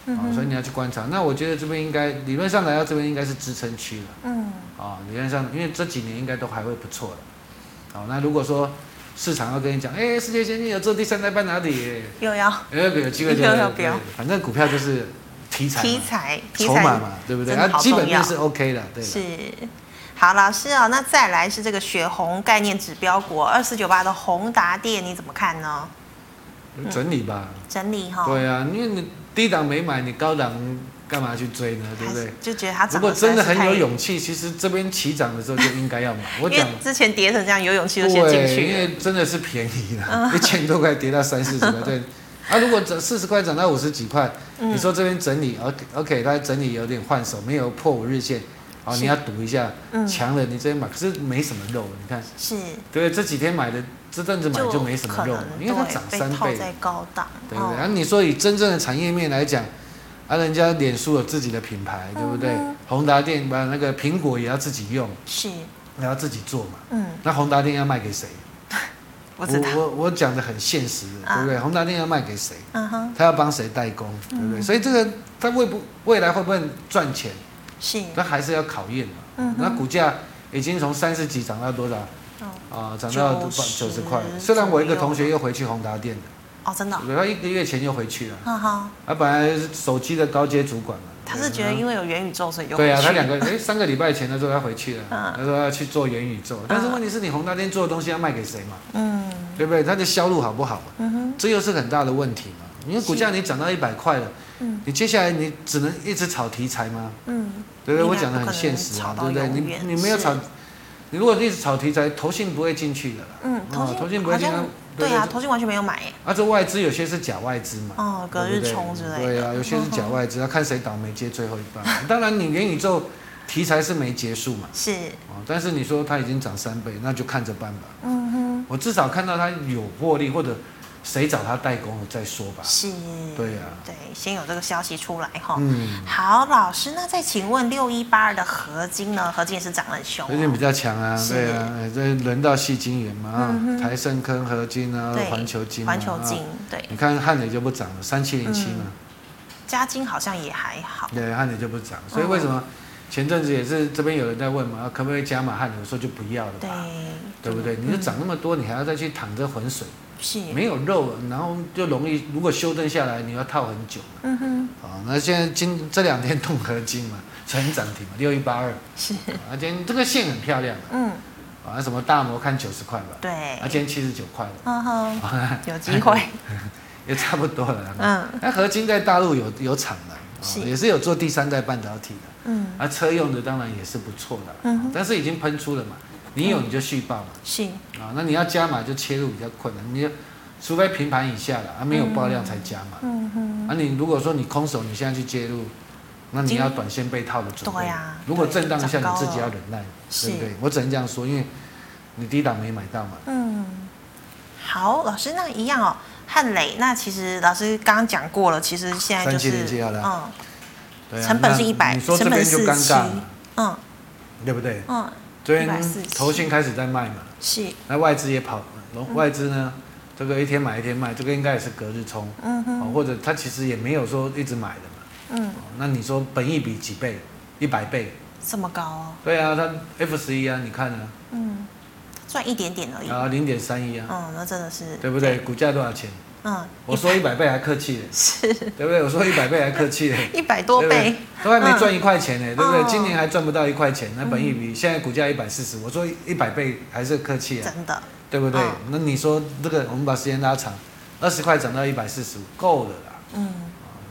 A: 嗯
B: 哦，所以
A: 哼，
B: 你要去观察。那我觉得这边应该理论上来到这边应该是支撑区了
A: 嗯，
B: 啊、哦，理论上因为这几年应该都还会不错的。哦，那如果说市场要跟你讲，哎，世界先进有做第三代半导体耶，
A: 又要
B: 哎，有机会就
A: 有有
B: 对
A: 有
B: 反正股票就是题材嘛、
A: 题材，题
B: 筹码
A: 材
B: 嘛，对不对？
A: 真的
B: 那
A: 好
B: 基本
A: 重要
B: 面是 OK 的，对的。
A: 是。好，老师哦，那再来是这个血红概念指标股二四九八的宏达电，你怎么看呢？嗯
B: 整理吧。
A: 整理哈、
B: 对啊，因为你低档没买，你高档干嘛去追呢？对
A: 还
B: 不
A: 是
B: 对？
A: 就觉得它
B: 如
A: 涨
B: 果
A: 得
B: 真的
A: 实在
B: 很
A: 是太
B: 有，勇气，其实这边起涨的时候就应该要买。我
A: 因
B: 讲
A: 为之前跌成这样，有勇气就先进
B: 对，
A: 去了。
B: 因
A: 啊
B: 为真的是便宜了，一千多块跌到三四十 块，对。啊，如果涨四十块涨到五十几块，
A: 嗯
B: 你说这边整理，OK OK，它整理有点换手，没有破五日线，哦，
A: 是
B: 你要赌一下
A: 嗯，
B: 强了你这边买，可是没什么肉，你看，
A: 是，
B: 对，这几天买的这阵子买就没什么
A: 可
B: 肉
A: 能
B: 了，因为它
A: 对
B: 涨
A: 被
B: 三
A: 套
B: 倍了。
A: 在高档，
B: 对不对？
A: 哦
B: 啊，你说以真正的产业面来讲，啊，人家脸书有自己的品牌，对不对
A: 嗯哼？
B: 宏达电把那个苹果也要自己用，
A: 是，
B: 也要自己做嘛。
A: 嗯，
B: 那宏达电要卖给谁？
A: 不知道，
B: 我我我讲的很现实的，
A: 啊
B: 对不对？宏达电要卖给谁？
A: 嗯哼，
B: 他要帮谁代工，对不对？
A: 嗯
B: 所以这个他会不未来会不会赚钱，
A: 是，
B: 那还是要考验嘛。
A: 嗯哼
B: 那股价已经从三十几涨到多少？
A: 嗯
B: 啊、涨到
A: 90
B: 九十块。虽然我一个同学
A: 左
B: 又回去宏达电了，
A: 哦，真的
B: 对
A: 哦，
B: 不对他一个月前又回去了。
A: 哈哈，
B: 啊，本来是手机的高阶主管嘛，
A: 他是觉得因为有元宇宙，所以就
B: 嗯对啊，
A: 回去
B: 他两个哎三个礼拜前的时候他回去了，
A: 嗯
B: 他说要去做元宇宙，但是问题是你宏达电做的东西要卖给谁嘛，
A: 啊嗯
B: 对不对？它的销路好不好嘛，
A: 嗯哼，
B: 这又是很大的问题嘛。因为股价你涨到一百块了，
A: 嗯
B: 你接下来你只能一直炒题材吗？
A: 嗯，
B: 对不对？
A: 应
B: 我
A: 该
B: 讲的
A: 不
B: 很
A: 可能
B: 现实啊，对
A: 炒到
B: 不对？
A: 永
B: 你
A: 远
B: 你没有炒
A: 是，
B: 你如果一直炒题材，投信不会进去的啦。
A: 嗯，投
B: 哦投信
A: 信
B: 不
A: 好
B: 会进去
A: 像，
B: 对
A: 对
B: 对
A: 啊，
B: 对
A: 投信完全没有买耶，
B: 啊，这外资有些是假外资嘛，
A: 哦，隔日冲之类的，
B: 对啊，有些是假外资，要看谁倒霉接最后一棒。当然，你元宇宙题材是没结束嘛，
A: 是，
B: 哦，但是你说它已经涨三倍，那就看着办吧。
A: 嗯哼，
B: 我至少看到它有获利，或者谁找它代工了再说吧。
A: 是，
B: 对啊
A: 对，先有这个消息出来哈。
B: 嗯，
A: 好，老师，那再请问六一八二的合金呢？合金也是涨得很凶、
B: 最近比
A: 哦，
B: 较强啊，
A: 是
B: 对啊，哎这轮到细金源嘛，啊
A: 嗯哼
B: 台盛坑、合金啊
A: 对，
B: 环球金、啊，
A: 环球金
B: 啊。
A: 对，
B: 你看汉磊就不涨了，三七零七嘛，
A: 嘉金好像也还好，
B: 对，汉磊就不
A: 嗯
B: 涨，所以为什么前阵子也是这边有人在问嘛，啊可不可以加码汉磊？我说就不要了吧。
A: 对，嗯
B: 对不对？你就涨那么多，你还要再去淌这浑水，
A: 是，
B: 没有肉，然后就容易，如果修正下来，你要套很久嘛。
A: 嗯哼，
B: 哦，那现在今这两天动合金嘛，曾经涨停嘛，六一八二，
A: 是，
B: 啊，今天这个线很漂亮啊
A: 嗯，
B: 啊，那什么大摩看九十块吧，
A: 对
B: 啊，，今天七十九块了，
A: 呵呵，
B: 啊
A: 有机会，
B: 也差不多了。
A: 嗯
B: 那合金在大陆有有厂的，
A: 是
B: 哦也是有做第三代半导体的，
A: 嗯，
B: 啊，车用的当然也是不错的啦，
A: 嗯哼
B: 但是已经喷出了嘛，你有你就续报嘛，
A: 是，
B: 啊，那你要加码就切入比较困难，你就除非平盘以下了，啊，没有爆量才加码，
A: 嗯哼，
B: 啊，你如果说你空手你现在去介入，那你要短线被套的准备，
A: 对啊
B: 如果震荡一下
A: 对
B: 你
A: 长高
B: 自己要
A: 了
B: 忍耐，
A: 是
B: 对不对？我只能这样说，因为你低档没买到嘛，
A: 嗯，好，老师，那一样哦，汉磊，那其实老师刚刚讲过了，其实现在就
B: 3707
A: 是，
B: 要了
A: 嗯
B: 对啊，
A: 成本是
B: 那
A: 100
B: 你说这边就
A: 成本
B: 尴
A: 47
B: 尬了，
A: 嗯
B: 对不对？
A: 嗯，
B: 昨天
A: 147
B: 投信开始在卖嘛，
A: 是，
B: 那外资也跑，
A: 嗯
B: 外资呢，这个一天买一天卖，这个应该也是隔日冲，
A: 嗯
B: 哦，
A: 哼，
B: 或者它其实也没有说一直买的嘛。
A: 嗯
B: 哦，那你说本益比几倍？一百倍？
A: 这么高哦，
B: 对啊，它 F 十一啊，你看啊，
A: 嗯，赚一点点而已，
B: 啊零点三一啊，
A: 嗯，那真的是，
B: 对不对？？股价多少钱？
A: 嗯，
B: 我说一百倍还客气嘞，
A: 是
B: 对不对？我说一百倍还客气嘞，
A: 一百多
B: 对不对
A: 倍，，
B: 都还没赚一块钱呢，对不对
A: 哦？
B: 今年还赚不到一块钱，
A: 嗯
B: 那本益比现在股价一百四十，我说一百倍还是客气啊，
A: 真的，
B: 对不对
A: 嗯？
B: 那你说这个，我们把时间拉长，二十块涨到一百四十五，够了啦。
A: 嗯，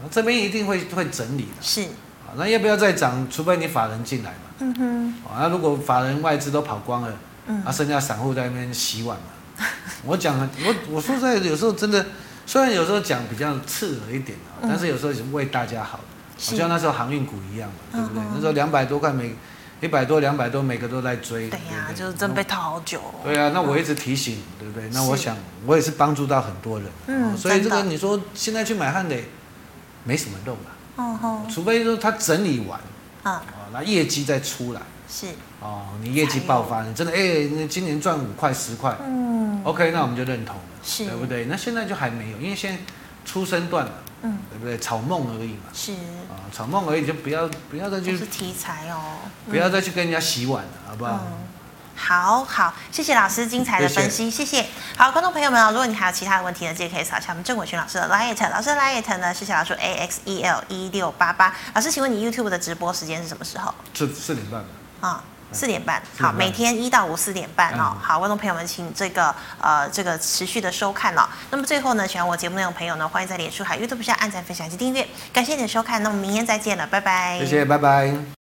B: 那这边一定会会整理的。
A: 是，
B: 啊那要不要再涨？除非你法人进来嘛。
A: 嗯哼，
B: 啊，那如果法人外资都跑光了，
A: 嗯
B: 那、剩下散户在那边洗碗嘛。我讲很，我我说实在，有时候真的，虽然有时候讲比较刺耳一点啊，
A: 嗯
B: 但是有时候也是为大家好的。
A: 是
B: 我像那时候航运股一样嘛，对不对
A: 嗯嗯？
B: 那时候两百多块每，一百多两百多，每个都在追。
A: 对呀、
B: 不
A: 就是真被套好久、
B: 对啊，那我一直提醒，对不对？那我
A: 是
B: 想我也是帮助到很多人，
A: 嗯
B: 哦所以这个
A: 真的
B: 你说现在去买汉磊，没什么肉了，
A: 嗯哼，
B: 除非说它整理完，
A: 嗯，
B: 哦，那业绩再出来，
A: 是，
B: 哦，你业绩爆发，你真的哎，你今年赚五块十块
A: 嗯，
B: ，OK，那我们就认同了，
A: 是
B: 对不对？那现在就还没有，因为现在出生段了，
A: 嗯，
B: 对不对？炒梦而已嘛，
A: 是，
B: 啊，炒梦而已，就不要不要再
A: 就
B: 去
A: 是题材哦，
B: 不要再去跟人家洗碗了，好不好？
A: 嗯好好，谢谢老师精彩的分析，谢谢。好，观众朋友们、哦，如果你还有其他的问题呢，记得可以扫一下我们郑伟群老师的 Light，老师的 Light 呢是小老鼠 A X E L 一六八八。老师，请问你 YouTube 的直播时间是什么时候？
B: 四四点半吧。
A: 啊，四点半，
B: 4:30
A: 好，每天一到五四点半哦
B: 嗯。
A: 好，观众朋友们，请这个呃这个持续的收看哦。那么最后呢，喜欢我节目内容的朋友呢，欢迎在脸书、海 YouTube 上按赞、分享及订阅。感谢你的收看，那我们明天再见了，拜拜。
B: 谢谢，拜拜。